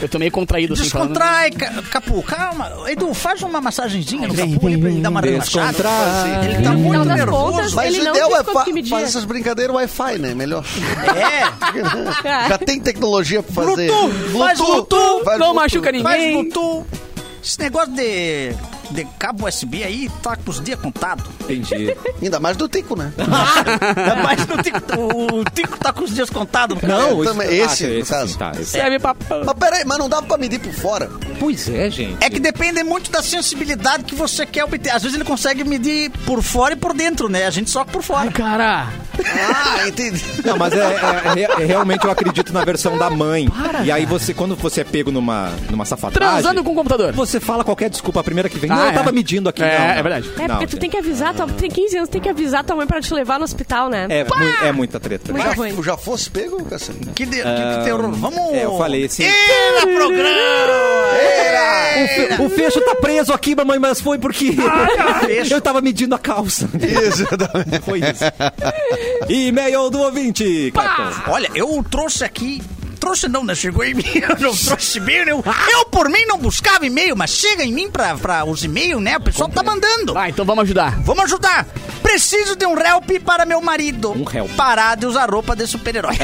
Speaker 2: Eu tô meio contraído. assim, falando.
Speaker 4: Descontrai, Ca- Capu, calma. Edu, faz uma massagenzinha no Capu ali pra ele dar uma
Speaker 1: não.
Speaker 4: relaxada.
Speaker 1: Descontrai.
Speaker 4: Ele tá
Speaker 3: No
Speaker 4: muito
Speaker 3: final das
Speaker 4: nervoso.
Speaker 3: contas,
Speaker 5: Mas
Speaker 3: ele
Speaker 5: o
Speaker 3: não
Speaker 5: ideal
Speaker 3: diz
Speaker 5: é
Speaker 3: quanto
Speaker 5: fa
Speaker 3: que media.
Speaker 5: fazer essas brincadeiras Wi-Fi, né? Melhor.
Speaker 4: É,
Speaker 3: Ah.
Speaker 5: Já tem tecnologia pra fazer.
Speaker 4: Bluetooth, faz Bluetooth,
Speaker 5: faz
Speaker 2: não
Speaker 5: Bluetooth.
Speaker 2: machuca ninguém.
Speaker 4: faz no tu. Esse negócio de, de cabo USB aí tá com os dias contados.
Speaker 1: Entendi.
Speaker 5: Ainda mais do Tico, né?
Speaker 4: Mas no tico, o, o Tico tá com os dias contados.
Speaker 1: Não,
Speaker 5: Também-
Speaker 1: isso-
Speaker 5: esse,
Speaker 1: ah,
Speaker 5: no caso.
Speaker 1: sim, tá, esse-
Speaker 2: Serve pra...
Speaker 5: Mas peraí, mas não dá pra medir por fora.
Speaker 1: Pois é, gente.
Speaker 4: É que depende muito da sensibilidade que você quer obter. Às vezes ele consegue medir por fora e por dentro, né? A gente só por fora.
Speaker 2: Cara,
Speaker 5: Ah, entendi.
Speaker 1: Não, mas é, é- é- é- realmente eu acredito na versão da mãe. e aí você, quando você é pego numa, numa safadagem...
Speaker 2: transando com o computador.
Speaker 1: Você fala qualquer desculpa, a primeira que vem.
Speaker 2: Ah,
Speaker 1: não,
Speaker 2: é.
Speaker 1: eu tava medindo aqui.
Speaker 2: É,
Speaker 1: não, não.
Speaker 2: é verdade.
Speaker 3: É, porque
Speaker 1: Não,
Speaker 3: tu tem que avisar, tua, tem 15 anos, tem que avisar tua mãe pra te levar no hospital, né?
Speaker 1: É,
Speaker 2: Ah!
Speaker 1: mu- é muita treta.
Speaker 3: Muito ruim.
Speaker 5: Tu já fosse pego, cacete?
Speaker 4: Que, de, que- que terror. Vamos.
Speaker 1: É, eu falei assim.
Speaker 4: Era programa!
Speaker 1: O, fe, o fecho tá preso aqui, mamãe, mas foi porque
Speaker 4: Ah,
Speaker 1: eu tava medindo a calça.
Speaker 5: Isso, exatamente.
Speaker 1: Foi isso. E-mail do ouvinte. Cartão.
Speaker 4: Olha, eu trouxe aqui. Trouxe não, né? Chegou em mim. Eu não trouxe bem, eu, eu por mim não buscava e-mail, mas chega em mim pra, pra os e-mails, né? O pessoal tá mandando.
Speaker 2: Vai, então vamos ajudar.
Speaker 4: Vamos ajudar. Preciso de um help para meu marido.
Speaker 1: Um help. É, né?
Speaker 4: Parar de usar roupa de super-herói.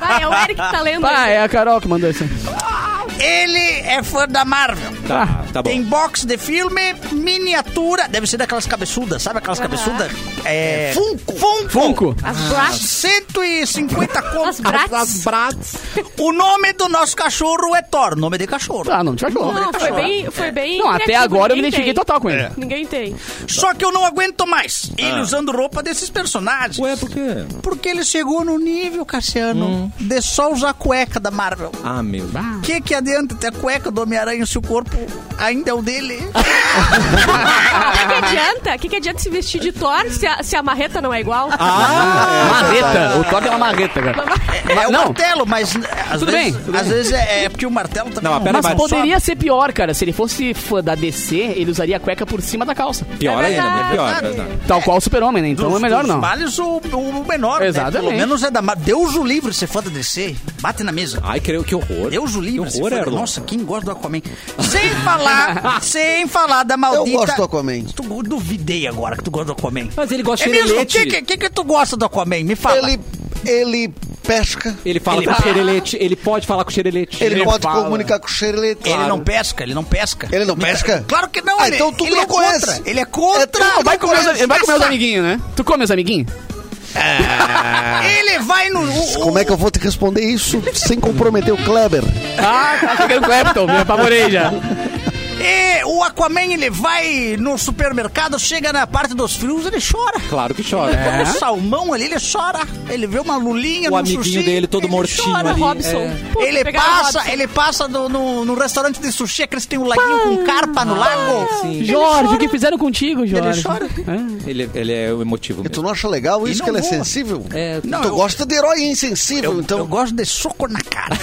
Speaker 3: Vai, é o Eric que tá lendo.
Speaker 2: Ah,
Speaker 3: aí.
Speaker 2: é a Carol que mandou isso.
Speaker 4: Ele é fã da Marvel.
Speaker 1: Tá, tá bom.
Speaker 4: Tem box de filme, miniatura. Deve ser daquelas cabeçudas, sabe aquelas cabeçudas? É. Funko. Funko.
Speaker 2: Funko.
Speaker 3: As braças.
Speaker 4: 150
Speaker 3: As
Speaker 4: contas.
Speaker 3: Bratz.
Speaker 2: Bratz.
Speaker 4: O nome do nosso cachorro é Thor, nome de cachorro.
Speaker 2: Ah, não, te achou.
Speaker 3: Não, foi bem, foi bem.
Speaker 2: Não, até
Speaker 3: criativo,
Speaker 2: agora eu me
Speaker 3: ninguém
Speaker 2: identifiquei
Speaker 3: tem.
Speaker 2: total com ele.
Speaker 3: Ninguém tem.
Speaker 4: Só que eu não aguento mais
Speaker 2: Ah.
Speaker 4: ele usando roupa desses personagens.
Speaker 1: Ué, por quê?
Speaker 4: Porque ele chegou no nível, Cassiano,
Speaker 2: Hum.
Speaker 4: de só usar a cueca da Marvel.
Speaker 1: Ah, meu.
Speaker 4: O que, que adianta ter a cueca do Homem-Aranha se o corpo ainda é o dele?
Speaker 3: O que, que adianta? O que, que adianta se vestir de Thor se a, se a marreta não é igual?
Speaker 2: Marreta. O toque Ah, é uma marreta, cara.
Speaker 4: É, o
Speaker 2: não.
Speaker 4: martelo, mas né, às
Speaker 2: Tudo
Speaker 4: vezes,
Speaker 2: bem, tudo
Speaker 4: às vezes é, é porque o martelo também
Speaker 1: Não,
Speaker 4: não,
Speaker 1: pera,
Speaker 2: Mas
Speaker 1: vai.
Speaker 2: poderia ser pior, cara. Se ele fosse fã da DC, ele usaria a cueca por cima da calça.
Speaker 1: Pior
Speaker 3: É
Speaker 1: ainda, né?
Speaker 3: verdade.
Speaker 1: Pior, verdade.
Speaker 2: Tal qual o super-homem, né? Então é melhor
Speaker 4: dos
Speaker 2: não.
Speaker 4: males, o, o menor. né?
Speaker 2: Exatamente.
Speaker 4: Pelo menos é da Marvel. Deus o livre ser fã da DC. Bate na mesa.
Speaker 1: Ai, creio que horror.
Speaker 4: Deus o livre.
Speaker 1: Que
Speaker 4: se
Speaker 1: horror,
Speaker 4: for-
Speaker 1: Erlon.
Speaker 4: Nossa, quem gosta do Aquaman? Sem falar, sem falar da maldita...
Speaker 5: Eu gosto do Aquaman.
Speaker 4: Tu, eu duvidei agora que tu gosta do Aquaman.
Speaker 1: Mas ele gosta
Speaker 4: É
Speaker 1: de
Speaker 4: mesmo? O
Speaker 1: xerelete.
Speaker 4: que, que, que que tu gosta do Aquaman? Me fala.
Speaker 5: Ele, ele pesca,
Speaker 1: Ele fala
Speaker 4: Ele-
Speaker 1: com xerelete, ele pode falar com xerelete. É,
Speaker 5: ele, pode
Speaker 2: fala.
Speaker 5: comunicar com o Shirley.
Speaker 4: Ele não pesca, ele não pesca.
Speaker 5: Ele não pesca?
Speaker 4: Claro que não,
Speaker 5: Ah,
Speaker 4: ele,
Speaker 5: então tu
Speaker 4: ele
Speaker 5: não
Speaker 4: é
Speaker 5: conhece.
Speaker 4: contra. Ele é contra.
Speaker 5: É, tu não
Speaker 2: Vai
Speaker 5: com
Speaker 2: comer, os,
Speaker 5: ele,
Speaker 2: vai comer os amiguinhos, né? Tu come os amiguinhos?
Speaker 4: Ele vai no. o- o-
Speaker 5: Como é que eu vou te responder isso sem comprometer o Kleber?
Speaker 2: Ah, tá chegando o Clapton, me apavorei já.
Speaker 4: E é, o Aquaman, ele vai no supermercado, chega na parte dos frios, ele chora.
Speaker 1: Claro que chora. É.
Speaker 4: Come salmão ali, ele chora. Ele vê uma lulinha
Speaker 1: O
Speaker 4: no
Speaker 1: amiguinho
Speaker 4: sushi,
Speaker 1: dele todo
Speaker 4: ele
Speaker 1: mortinho
Speaker 4: chora.
Speaker 1: ali.
Speaker 3: Robson.
Speaker 1: É.
Speaker 3: Pô,
Speaker 4: Ele
Speaker 3: pegaram
Speaker 4: passa,
Speaker 3: Robson.
Speaker 4: ele passa no, no- no restaurante de sushi, aqueles que tem um laguinho com carpa no lago.
Speaker 2: Jorge, o que fizeram contigo, Jorge?
Speaker 4: chora.
Speaker 2: É.
Speaker 1: Ele, ele é o emotivo
Speaker 5: E tu
Speaker 1: mesmo.
Speaker 5: não acha legal isso
Speaker 4: não
Speaker 5: que ele é
Speaker 4: vou.
Speaker 5: sensível?
Speaker 1: É,
Speaker 4: Não,
Speaker 5: tu
Speaker 4: eu-
Speaker 5: gosta de herói insensível,
Speaker 4: Eu,
Speaker 5: então.
Speaker 4: eu gosto de soco na cara.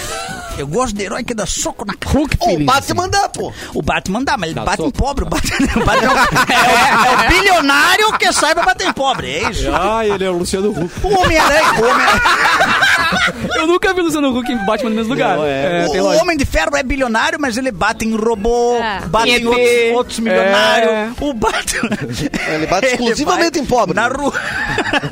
Speaker 4: Eu gosto de herói que dá soco na cara.
Speaker 2: Hulk
Speaker 5: Ô, o
Speaker 2: Feelings.
Speaker 5: Batman dá, pô.
Speaker 4: O Batman dá, mas ele
Speaker 1: Dá
Speaker 4: bate em
Speaker 1: soco.
Speaker 4: pobre. o Batman, o Batman é, o, é o bilionário que saiba bater em pobre. É isso.
Speaker 1: Ah, ele é o Luciano Huck.
Speaker 4: O Homem-Aranha. o Homem-Aranha-
Speaker 2: Eu nunca vi Luciano Huck e Batman no mesmo lugar.
Speaker 1: é.
Speaker 4: o- o Homem de Ferro é bilionário, mas ele bate em robô,
Speaker 3: É.
Speaker 4: bate em
Speaker 2: ET,
Speaker 4: outros, outros milionários.
Speaker 2: é.
Speaker 4: O Batman.
Speaker 5: Ele bate Tá exclusivamente
Speaker 4: bate
Speaker 5: em pobre.
Speaker 4: Na rua.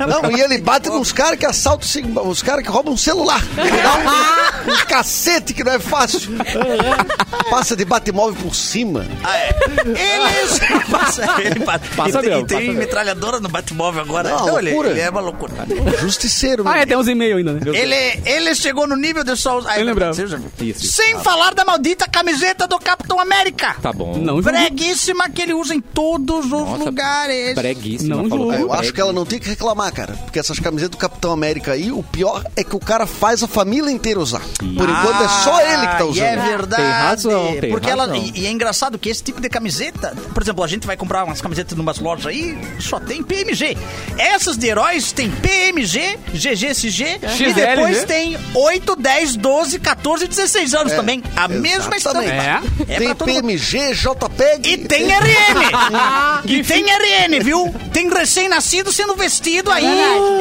Speaker 5: Não, e ele bate nos caras que assaltam, cig- os caras que roubam um celular. Ele dá um, um cacete que não é fácil.
Speaker 4: É,
Speaker 5: Passa de bate-móvel por cima.
Speaker 4: Ah, é. Eles passa, ele passa.
Speaker 1: Passa
Speaker 4: e, tem-
Speaker 1: mesmo,
Speaker 4: e tem
Speaker 1: passa mesmo.
Speaker 4: metralhadora no Batmóvel agora.
Speaker 5: Não,
Speaker 4: Não, ele,
Speaker 5: loucura.
Speaker 4: ele é uma loucura.
Speaker 5: Justiceiro,
Speaker 2: Ah,
Speaker 5: meu.
Speaker 2: é, tem uns e-mail ainda, né?
Speaker 4: Ele, ele chegou no nível de só. Ah, é
Speaker 2: Eu lembrava.
Speaker 4: verdade, você já-
Speaker 1: Isso, isso.
Speaker 4: Sem falar da maldita camiseta do Capitão América.
Speaker 1: Tá bom.
Speaker 2: Não julgo.
Speaker 4: Breguíssima que ele usa em todos os
Speaker 1: Nossa,
Speaker 4: lugares.
Speaker 1: Breguíssima.
Speaker 2: Não
Speaker 1: falou
Speaker 2: julgo.
Speaker 5: É, Eu
Speaker 1: bregue.
Speaker 5: acho que ela não tem que reclamar, cara. Porque essas camisetas do Capitão América aí, o pior é que o cara faz a família inteira usar. Por enquanto é só ele que tá
Speaker 4: Ah, e É
Speaker 5: usando.
Speaker 4: verdade.
Speaker 1: Tem razão, tem
Speaker 4: Porque ela.
Speaker 1: razão.
Speaker 4: E, e é engraçado que esse tipo de camiseta. Por exemplo, a gente vai comprar umas camisetas numas lojas aí, só tem PMG. Essas de heróis tem PMG, GGSG e
Speaker 2: XL,
Speaker 4: depois
Speaker 2: né?
Speaker 4: tem 8, 10, 12, 14 e 16 anos também. A mesma estampa.
Speaker 2: exatamente.
Speaker 4: É pra
Speaker 5: É, tem
Speaker 4: todo mundo.
Speaker 5: PMG, JPEG.
Speaker 4: E tem RN! e tem RN, viu? Tem recém-nascido sendo vestido aí.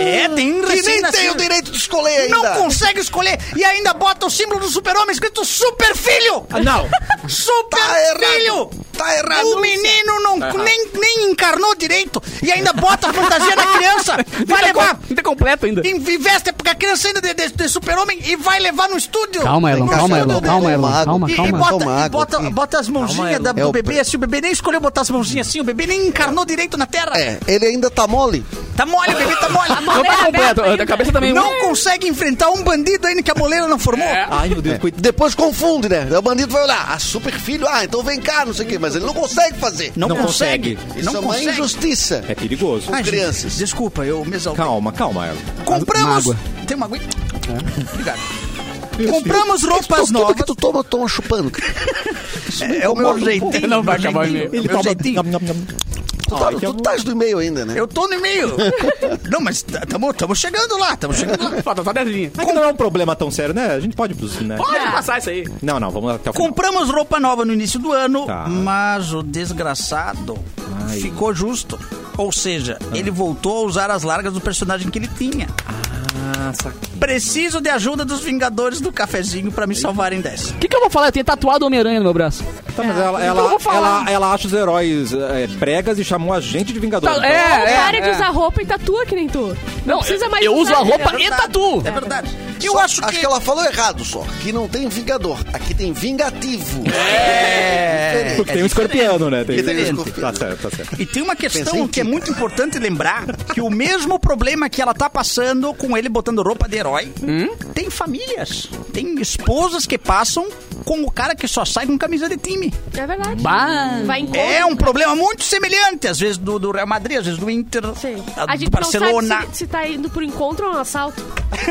Speaker 4: É, tem
Speaker 5: Que nem tem
Speaker 4: recém-nascido.
Speaker 5: o direito de escolher ainda.
Speaker 4: Não consegue escolher e ainda bota o símbolo do super-homem escrito Super Filho!
Speaker 1: Não.
Speaker 4: Super
Speaker 5: Ah, Tá errado.
Speaker 4: Filho!
Speaker 5: Tá errado.
Speaker 4: O menino não, nem, nem encarnou direito e ainda bota a fantasia da criança! Vai
Speaker 2: Não tá
Speaker 4: levar!
Speaker 2: com- Não tá completo ainda.
Speaker 4: Investe porque a criança ainda de, de, de super-homem e vai levar no estúdio!
Speaker 2: Calma, Elon,
Speaker 4: No
Speaker 2: calma,
Speaker 4: estúdio
Speaker 2: Elon,
Speaker 4: dele.
Speaker 2: calma, Elon, calma,
Speaker 4: E, e
Speaker 2: calma.
Speaker 4: bota,
Speaker 5: Toma
Speaker 4: e
Speaker 5: um água
Speaker 4: bota,
Speaker 5: aqui.
Speaker 4: bota as mãozinhas da-
Speaker 5: É
Speaker 4: do
Speaker 5: o
Speaker 4: bebê
Speaker 5: pre-
Speaker 4: assim, o bebê nem escolheu botar as mãozinhas assim, o bebê nem encarnou direito na terra.
Speaker 5: É, ele ainda tá mole.
Speaker 4: Tá mole, o bebê tá mole.
Speaker 2: Não tá
Speaker 3: Moleira
Speaker 2: completo.
Speaker 3: aberta ainda.
Speaker 2: A cabeça também.
Speaker 4: Não consegue enfrentar um bandido ainda que a moleira não formou.
Speaker 5: É.
Speaker 1: Ai, meu Deus. Coitado.
Speaker 5: Depois confunde, né? Daí O bandido vai olhar, ah, super filho, ah, então vem cá, não sei o quê. Mas ele não consegue fazer.
Speaker 1: Não consegue.
Speaker 5: Isso é uma injustiça.
Speaker 1: É perigoso.
Speaker 5: Ai, crianças.
Speaker 4: Ah, gente, desculpa, eu me exaltei.
Speaker 1: Calma, calma, Erlon.
Speaker 2: Uma
Speaker 4: Compramos...
Speaker 2: água. É.
Speaker 4: Tem uma aguinha? Obrigado. Compramos roupas
Speaker 5: Tudo
Speaker 4: novas.
Speaker 5: que tu toma, toma chupando. cara.
Speaker 4: É o meu jeitinho.
Speaker 2: Não vai
Speaker 4: meu
Speaker 2: acabar o
Speaker 4: jeitinho,
Speaker 2: e-mail.
Speaker 4: meu jeitinho.
Speaker 5: Tu, tá, tu estás do e-mail ainda, né?
Speaker 4: Eu tô no e-mail. Não, mas tá- tamo, tamo chegando lá, tamo chegando lá.
Speaker 2: Falta só 10 linhas.
Speaker 1: É que não é um problema tão sério, né? A gente pode pros, né?
Speaker 2: Pode passar isso aí.
Speaker 1: Não, não, vamos tá até o final.
Speaker 4: Compramos roupa nova no início do ano,
Speaker 1: Tá.
Speaker 4: mas o desgraçado
Speaker 1: Ai.
Speaker 4: ficou justo. Ou seja, ele voltou a usar as largas do personagem que ele tinha.
Speaker 1: Ah, saquinho.
Speaker 4: Preciso de ajuda dos Vingadores do Cafezinho pra me salvarem dessa.
Speaker 2: O que, que eu vou falar? Eu tenho tatuado Homem-Aranha no meu braço.
Speaker 1: Tá, mas ela, ela,
Speaker 2: eu vou falar.
Speaker 1: ela, ela acha os heróis é, pregas e chamou a gente de Então, Vingador.
Speaker 2: Tá, é.
Speaker 3: Ou para de usar roupa e tatua que nem tu. Não, precisa mais
Speaker 2: eu uso
Speaker 3: usar.
Speaker 2: a roupa e
Speaker 4: verdade,
Speaker 2: tatu.
Speaker 4: É verdade. Eu
Speaker 5: Só-
Speaker 4: acho que... é
Speaker 5: ela falou errado só. Aqui não tem vingador, aqui tem vingativo.
Speaker 4: É...
Speaker 1: Porque tem um escorpiano, né? Tem,
Speaker 5: Porque tem um
Speaker 1: Tá
Speaker 5: escorpião.
Speaker 1: certo, tá certo.
Speaker 4: E tem uma
Speaker 5: Pensei
Speaker 4: questão
Speaker 5: em
Speaker 4: que é
Speaker 5: ti.
Speaker 4: muito importante lembrar, que o mesmo problema que ela tá passando com ele botando roupa de herói, tem famílias, tem esposas que passam com o cara que só sai com camisa de time.
Speaker 3: É verdade.
Speaker 2: Bah.
Speaker 3: Vai em conta.
Speaker 4: É um problema muito semelhante, às vezes do, do Real Madrid, às vezes do Inter,
Speaker 3: Sim.
Speaker 4: a-
Speaker 3: A
Speaker 4: do
Speaker 3: gente não
Speaker 4: Barcelona,
Speaker 3: sabe se, se tá indo por encontro ou um assalto.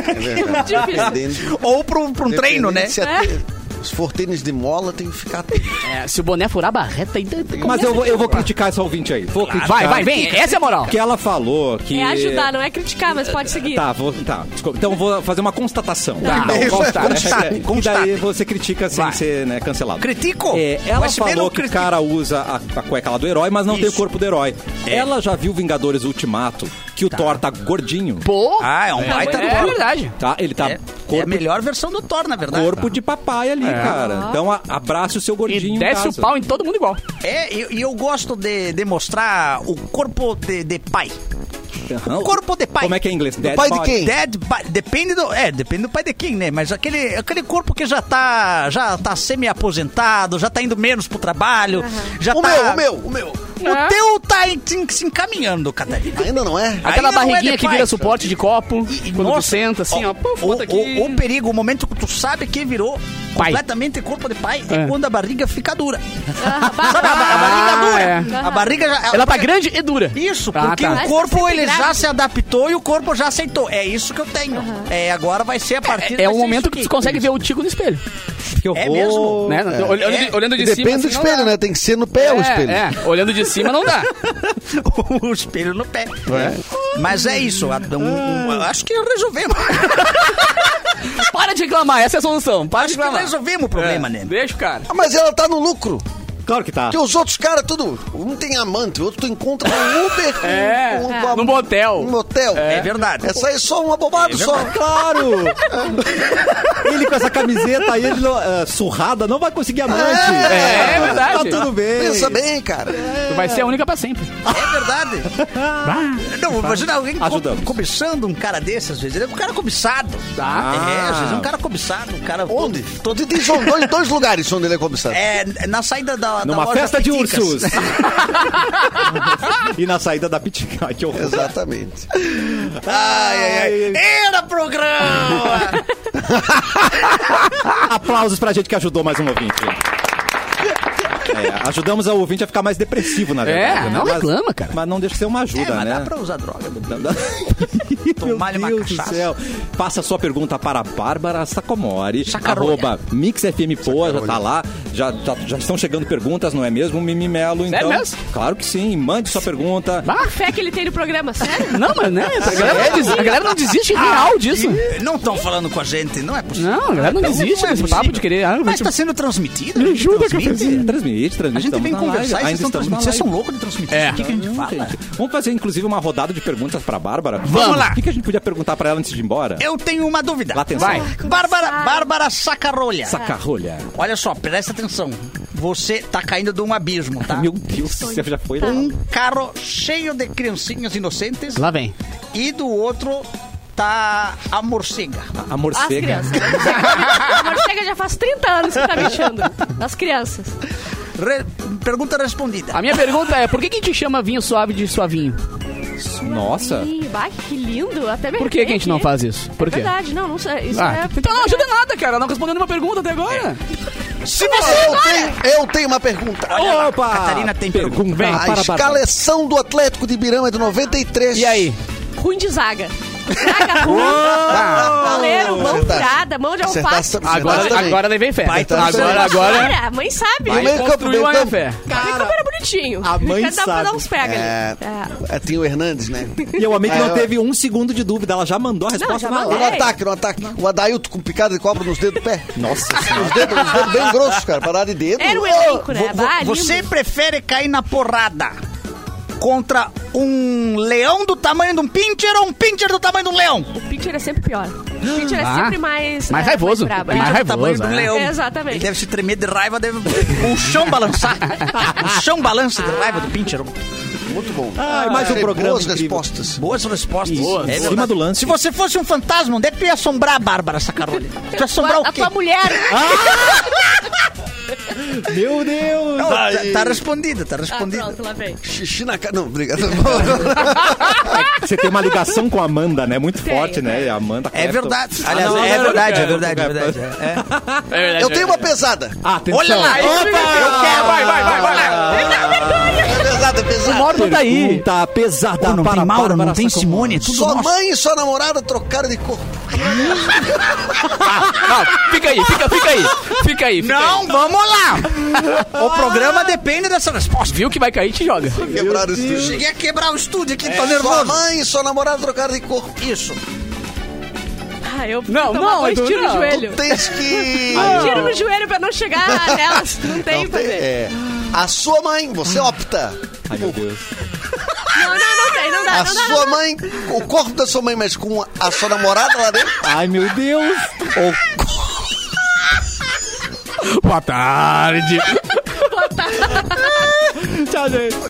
Speaker 5: É verdade.
Speaker 3: Difícil.
Speaker 5: Dependendo-
Speaker 4: ou pra um, pra um treino, né?
Speaker 5: dependendo se até- Se for tênis de mola, tem que ficar atento.
Speaker 2: É, se o boné furar a barreta, aí
Speaker 1: Mas eu vou, eu vou criticar essa ouvinte aí. Vou criticar.
Speaker 2: Vai, vai, vem. Essa é a moral.
Speaker 1: Que ela falou que.
Speaker 3: É ajudar, não é criticar, mas pode seguir.
Speaker 1: Tá, vou, tá, desculpa. Então vou fazer uma constatação.
Speaker 2: Tá,
Speaker 1: Então,
Speaker 2: constata,
Speaker 4: constata,
Speaker 1: E daí
Speaker 4: constata.
Speaker 1: você critica sem
Speaker 4: Vai.
Speaker 1: ser né, cancelado.
Speaker 4: Critico?
Speaker 1: É, ela
Speaker 4: Mas se bem,
Speaker 1: falou
Speaker 4: não
Speaker 1: que o
Speaker 4: critico.
Speaker 1: cara usa a, a cueca lá do herói, mas não tem o
Speaker 4: Isso.
Speaker 1: corpo do herói. Ela já viu Vingadores Ultimato, que o Thor tá gordinho.
Speaker 2: Pô.
Speaker 4: Ah, é um baita
Speaker 2: é,
Speaker 4: do-
Speaker 2: verdade.
Speaker 1: Tá? Ele tá
Speaker 4: É, né? é a
Speaker 1: corpo,
Speaker 4: melhor versão do Thor, na verdade.
Speaker 1: corpo de papai ali, cara. Então a- abrace o seu gordinho.
Speaker 2: E
Speaker 1: em
Speaker 2: desce o
Speaker 1: casa.
Speaker 2: pau em todo mundo igual.
Speaker 4: É, e e eu, gosto de, de mostrar o corpo de, de pai.
Speaker 1: Aham.
Speaker 4: O corpo de pai.
Speaker 1: Como é que é em inglês? Dead
Speaker 5: pai de
Speaker 1: body.
Speaker 5: quem?
Speaker 4: Dead by- depende do, é, depende do pai de quem, né? Mas aquele, aquele corpo que já tá, já tá semi-aposentado, já tá indo menos pro trabalho, já
Speaker 5: O
Speaker 4: tá...
Speaker 5: meu, o meu, o meu.
Speaker 4: O teu tá em- se en- se encaminhando, Catarina.
Speaker 5: Ainda não é?
Speaker 2: Aquela
Speaker 4: Ainda não é
Speaker 2: barriguinha
Speaker 4: de
Speaker 2: que
Speaker 4: pai.
Speaker 2: vira suporte de copo.
Speaker 4: E-
Speaker 2: quando
Speaker 4: nossa,
Speaker 2: tu senta assim, ó. puf,
Speaker 4: o,
Speaker 2: bota aqui.
Speaker 4: o- o perigo, o momento que tu sabe que virou
Speaker 2: Pai.
Speaker 4: completamente corpo de pai é,
Speaker 2: É.
Speaker 4: quando a barriga fica dura.
Speaker 3: Ah,
Speaker 4: Sabe, a, ba- a barriga
Speaker 2: Ah,
Speaker 4: dura. A barriga já.
Speaker 2: Ela tá grande e dura.
Speaker 4: Isso,
Speaker 2: Ah,
Speaker 4: porque
Speaker 2: tá.
Speaker 4: o
Speaker 3: Mas
Speaker 4: corpo
Speaker 3: tá
Speaker 4: ele
Speaker 3: grávida.
Speaker 4: já se adaptou e o corpo já aceitou. É isso que eu tenho. É, agora vai ser a partir
Speaker 2: É
Speaker 4: vai
Speaker 2: o
Speaker 4: ser
Speaker 2: momento
Speaker 4: isso
Speaker 2: que
Speaker 4: aqui.
Speaker 2: tu consegue ver o tico no espelho.
Speaker 1: Que horror.
Speaker 4: É mesmo?
Speaker 2: Né? Olhando, de- olhando de cima.
Speaker 8: Depende do
Speaker 2: assim, não
Speaker 8: espelho,
Speaker 2: dá.
Speaker 8: né? Tem que ser no pé o espelho.
Speaker 2: É, é, olhando de cima não dá.
Speaker 4: o espelho no pé. Mas é isso. a- um- um- acho que resolvemos.
Speaker 2: Para de reclamar, essa é a solução. Para
Speaker 4: acho
Speaker 2: de
Speaker 4: que
Speaker 2: reclamar.
Speaker 4: resolvemos o problema, né?
Speaker 2: É, Deixa o cara.
Speaker 5: Ah, mas ela tá no lucro.
Speaker 1: Claro que tá.
Speaker 5: Porque os outros caras, tudo. Um tem amante, o outro tu encontra no Uber. com-
Speaker 2: É,
Speaker 5: com- com a-
Speaker 2: num motel.
Speaker 5: Num motel.
Speaker 4: É, verdade.
Speaker 5: Essa aí é só um abobado só.
Speaker 1: Claro! ele com essa camiseta aí, ele, não- é, surrada, não vai conseguir amante.
Speaker 5: É,
Speaker 2: é
Speaker 1: Tá-
Speaker 2: verdade.
Speaker 1: Tá tudo bem.
Speaker 5: Pensa bem, cara.
Speaker 2: Tu vai ser a única pra sempre.
Speaker 4: É verdade. Não, imagina alguém co-
Speaker 1: Ajudamos.
Speaker 4: cobiçando um cara desse, às vezes. Ele é um cara cobiçado.
Speaker 2: Tá.
Speaker 4: É, às
Speaker 1: Ah.
Speaker 4: vezes é um cara cobiçado. Um cara
Speaker 5: Onde?
Speaker 4: todo-
Speaker 5: Todo tem só dois, dois lugares onde ele é cobiçado.
Speaker 4: É, na saída da. da
Speaker 1: Numa
Speaker 4: loja
Speaker 1: festa de
Speaker 4: Piticas.
Speaker 1: ursos. e na saída da pitica. Ai, Que horror.
Speaker 5: Exatamente.
Speaker 4: Ai, ai, ai. Era programa!
Speaker 1: Aplausos pra gente que ajudou mais um ouvinte. É, ajudamos o ouvinte a ficar mais depressivo, na verdade.
Speaker 2: É,
Speaker 1: né?
Speaker 2: não
Speaker 1: Mas-
Speaker 2: reclama, cara.
Speaker 1: Mas não deixa de ser uma
Speaker 4: é,
Speaker 1: ajuda,
Speaker 4: mas
Speaker 1: né?
Speaker 4: dá pra usar droga. bebê.
Speaker 1: Dá- dá-
Speaker 4: Tomar-lhe uma
Speaker 1: Meu Deus do
Speaker 4: cachaça.
Speaker 1: céu. Faça sua pergunta para Bárbara Sacomori,
Speaker 4: Sacarolha.
Speaker 1: arroba MixFMPoa, já tá lá. Já, já, já estão chegando perguntas, não é mesmo, Mimimelo? Então,
Speaker 2: mesmo?
Speaker 1: Claro que sim, mande sua pergunta.
Speaker 3: A fé que ele tem no programa, sério?
Speaker 2: Não, mas né? A galera
Speaker 4: É.
Speaker 2: não, desiste, a galera não desiste real disso.
Speaker 4: Não estão falando com a gente, não é possível.
Speaker 2: Não, a galera não
Speaker 4: Então,
Speaker 2: desiste
Speaker 4: não é
Speaker 2: desse
Speaker 4: possível.
Speaker 2: papo de querer. Ah, eu vou
Speaker 4: Mas
Speaker 2: te-
Speaker 4: tá sendo transmitido?
Speaker 2: Me
Speaker 4: a gente
Speaker 2: ajuda,
Speaker 4: transmite?
Speaker 1: Transmite, transmite.
Speaker 4: A gente
Speaker 1: estamos
Speaker 4: vem
Speaker 1: na live,
Speaker 4: conversar e vocês
Speaker 1: ainda
Speaker 4: estão
Speaker 1: estamos na
Speaker 4: transmitindo. Vocês são
Speaker 1: live.
Speaker 4: loucos de transmitir? O que, que a gente fala?
Speaker 1: Vamos fazer, inclusive, uma rodada de perguntas pra Bárbara?
Speaker 4: Vamos lá.
Speaker 1: O que que a gente podia perguntar pra ela antes de ir embora?
Speaker 4: Eu tenho uma dúvida.
Speaker 1: Lá atenção.
Speaker 2: Vai.
Speaker 4: Bárbara, Bárbara Sacarolha.
Speaker 1: Sacarolha.
Speaker 4: Olha só, presta atenção. Você tá caindo de um abismo, tá?
Speaker 1: Meu Deus do céu, já foi lá.
Speaker 4: Um carro cheio de criancinhas inocentes
Speaker 2: Lá vem.
Speaker 4: e do outro tá a morcega.
Speaker 1: A
Speaker 3: As
Speaker 1: morcega.
Speaker 3: crianças. A morcega já faz 30 anos que tá me enchendo. As crianças.
Speaker 4: Re- Pergunta respondida.
Speaker 2: A minha pergunta é, por que que a gente chama vinho suave de suavinho?
Speaker 1: Nossa.
Speaker 3: Ih, bah, que lindo. Até me
Speaker 2: Por que, que a gente não
Speaker 3: arrepiei
Speaker 2: faz isso? Por
Speaker 3: aqui. É
Speaker 2: quê?
Speaker 3: verdade, não, não sei. Isso
Speaker 2: Ah,
Speaker 3: é...
Speaker 2: então não ajuda nada, cara. Não respondendo uma pergunta até agora.
Speaker 4: É. Se
Speaker 5: Eu tenho, eu tenho uma pergunta.
Speaker 4: Olha lá,
Speaker 1: Opa!
Speaker 4: Catarina tem pergunta. Ah,
Speaker 1: Pergunta
Speaker 2: Vem,
Speaker 1: para
Speaker 5: A
Speaker 1: Bárbara.
Speaker 5: escalação do Atlético de Ibirama é de 93.
Speaker 2: E aí?
Speaker 3: Ruim de zaga. Zaga ruim.
Speaker 5: Ah,
Speaker 1: Ah.
Speaker 3: Goleiro, mão
Speaker 5: Acertar.
Speaker 3: furada, mão de
Speaker 5: Acertar,
Speaker 3: alface.
Speaker 5: acertar
Speaker 2: Agora,
Speaker 5: também.
Speaker 2: agora levei fé.
Speaker 5: Vai, tá
Speaker 2: Agora,
Speaker 5: certo.
Speaker 2: agora...
Speaker 3: Olha, a mãe sabe.
Speaker 5: Vai,
Speaker 3: Meio
Speaker 5: meio campo,
Speaker 2: Construiu
Speaker 5: meio
Speaker 2: a minha
Speaker 5: campo.
Speaker 2: fé.
Speaker 3: campo era bonitinho.
Speaker 1: a mãe
Speaker 3: Dá pra
Speaker 1: sabe.
Speaker 3: dar uns pega
Speaker 5: É,
Speaker 3: ali. É.
Speaker 5: é, tem o Hernandes, né?
Speaker 1: E eu amei que
Speaker 5: É,
Speaker 1: não
Speaker 5: eu-
Speaker 1: teve um segundo de dúvida. Ela já mandou a resposta
Speaker 3: já
Speaker 1: na
Speaker 3: mandei.
Speaker 5: No
Speaker 1: hora.
Speaker 3: Ei.
Speaker 5: ataque, no ataque. O Adailto com picada de cobra nos dedos do pé.
Speaker 1: Nossa
Speaker 5: Os
Speaker 1: senhora.
Speaker 5: dedos, os dedos bem grossos, cara. Parar de dedo.
Speaker 3: Era o um elenco, né?
Speaker 4: Vo- vo-
Speaker 3: Bah, lindo.
Speaker 4: você prefere cair na porrada contra um leão do tamanho de um pincher ou um pincher do tamanho de um leão?
Speaker 3: O Pincher é sempre pior. O Pincher é
Speaker 9: Ah.
Speaker 3: sempre mais.
Speaker 9: Mais
Speaker 3: é,
Speaker 9: raivoso.
Speaker 3: Mais brabo.
Speaker 9: É mais
Speaker 4: do tamanho
Speaker 9: raivoso,
Speaker 4: de um
Speaker 9: é.
Speaker 4: leão.
Speaker 3: Exatamente.
Speaker 4: Ele deve se tremer de raiva, deve o chão balançar. o chão balança de raiva do pincher.
Speaker 5: Muito bom.
Speaker 1: Ai, mais um
Speaker 5: Achei
Speaker 1: programa
Speaker 5: É, Boas
Speaker 1: incrível.
Speaker 5: respostas.
Speaker 4: Boas respostas. É
Speaker 1: Boas. Em cima
Speaker 4: verdade.
Speaker 1: do lance.
Speaker 4: Se você fosse um fantasma, onde é que tu ia assombrar a Bárbara Sacaroli? Tu ia
Speaker 3: Tua-
Speaker 4: assombrar o
Speaker 3: a
Speaker 4: quê?
Speaker 3: tua mulher.
Speaker 1: Meu Deus!
Speaker 4: Não, tá,
Speaker 5: Ai.
Speaker 4: tá respondida, tá
Speaker 3: Ah,
Speaker 4: respondida.
Speaker 3: pronto, lá vem.
Speaker 5: Xixi na cara. Não, obrigado.
Speaker 1: Você tem uma ligação com a Amanda, né? Muito
Speaker 3: Tem,
Speaker 1: forte, né? A Amanda.
Speaker 3: tá.
Speaker 4: é
Speaker 1: Clapton.
Speaker 4: verdade. Aliás,
Speaker 1: Ah, não, não,
Speaker 4: é,
Speaker 1: não,
Speaker 4: verdade,
Speaker 1: não,
Speaker 4: é verdade, é
Speaker 1: não,
Speaker 4: verdade, é.
Speaker 5: Eu tenho uma pesada.
Speaker 1: Ah, atenção.
Speaker 4: Olha lá,
Speaker 1: Opa!
Speaker 4: eu quero, vai, vai, vai, vai lá.
Speaker 5: É pesada, é pesada.
Speaker 9: Morta daí.
Speaker 1: Pergunta pesada
Speaker 4: Pô, não
Speaker 1: para
Speaker 4: tem Mauro,
Speaker 1: Bárbara
Speaker 4: não tem
Speaker 1: Sacomori.
Speaker 4: Simone, é tudo
Speaker 5: Sua
Speaker 4: nosso.
Speaker 5: mãe e sua namorada trocaram de corpo.
Speaker 2: Ah, fica aí, fica, fica aí. Fica aí, fica
Speaker 4: Não,
Speaker 2: aí.
Speaker 4: vamos lá. O programa depende dessa resposta.
Speaker 2: Viu que vai cair, te joga.
Speaker 5: Quebraram o estúdio.
Speaker 4: Cheguei a quebrar o estúdio aqui, tô
Speaker 5: Sua
Speaker 4: nervoso.
Speaker 5: É, mãe e sua namorada trocaram de corpo.
Speaker 4: Isso.
Speaker 3: Ah, eu fui
Speaker 9: Não,
Speaker 3: tomar
Speaker 9: não,
Speaker 3: dois
Speaker 9: Edu,
Speaker 3: tiros no
Speaker 9: não.
Speaker 3: joelho.
Speaker 5: Tens que.
Speaker 3: Tiro no joelho pra não chegar nelas. Não Ah, tem o que fazer.
Speaker 5: É. A sua mãe, você opta.
Speaker 1: Ai, meu Deus.
Speaker 3: Não, não, não tem. Não dá,
Speaker 5: A
Speaker 3: Ah, não dá.
Speaker 5: sua mãe, o corpo da sua mãe, mas com a sua namorada lá dentro.
Speaker 1: Ai, meu Deus.
Speaker 2: Boa tarde.
Speaker 1: Tchau, gente.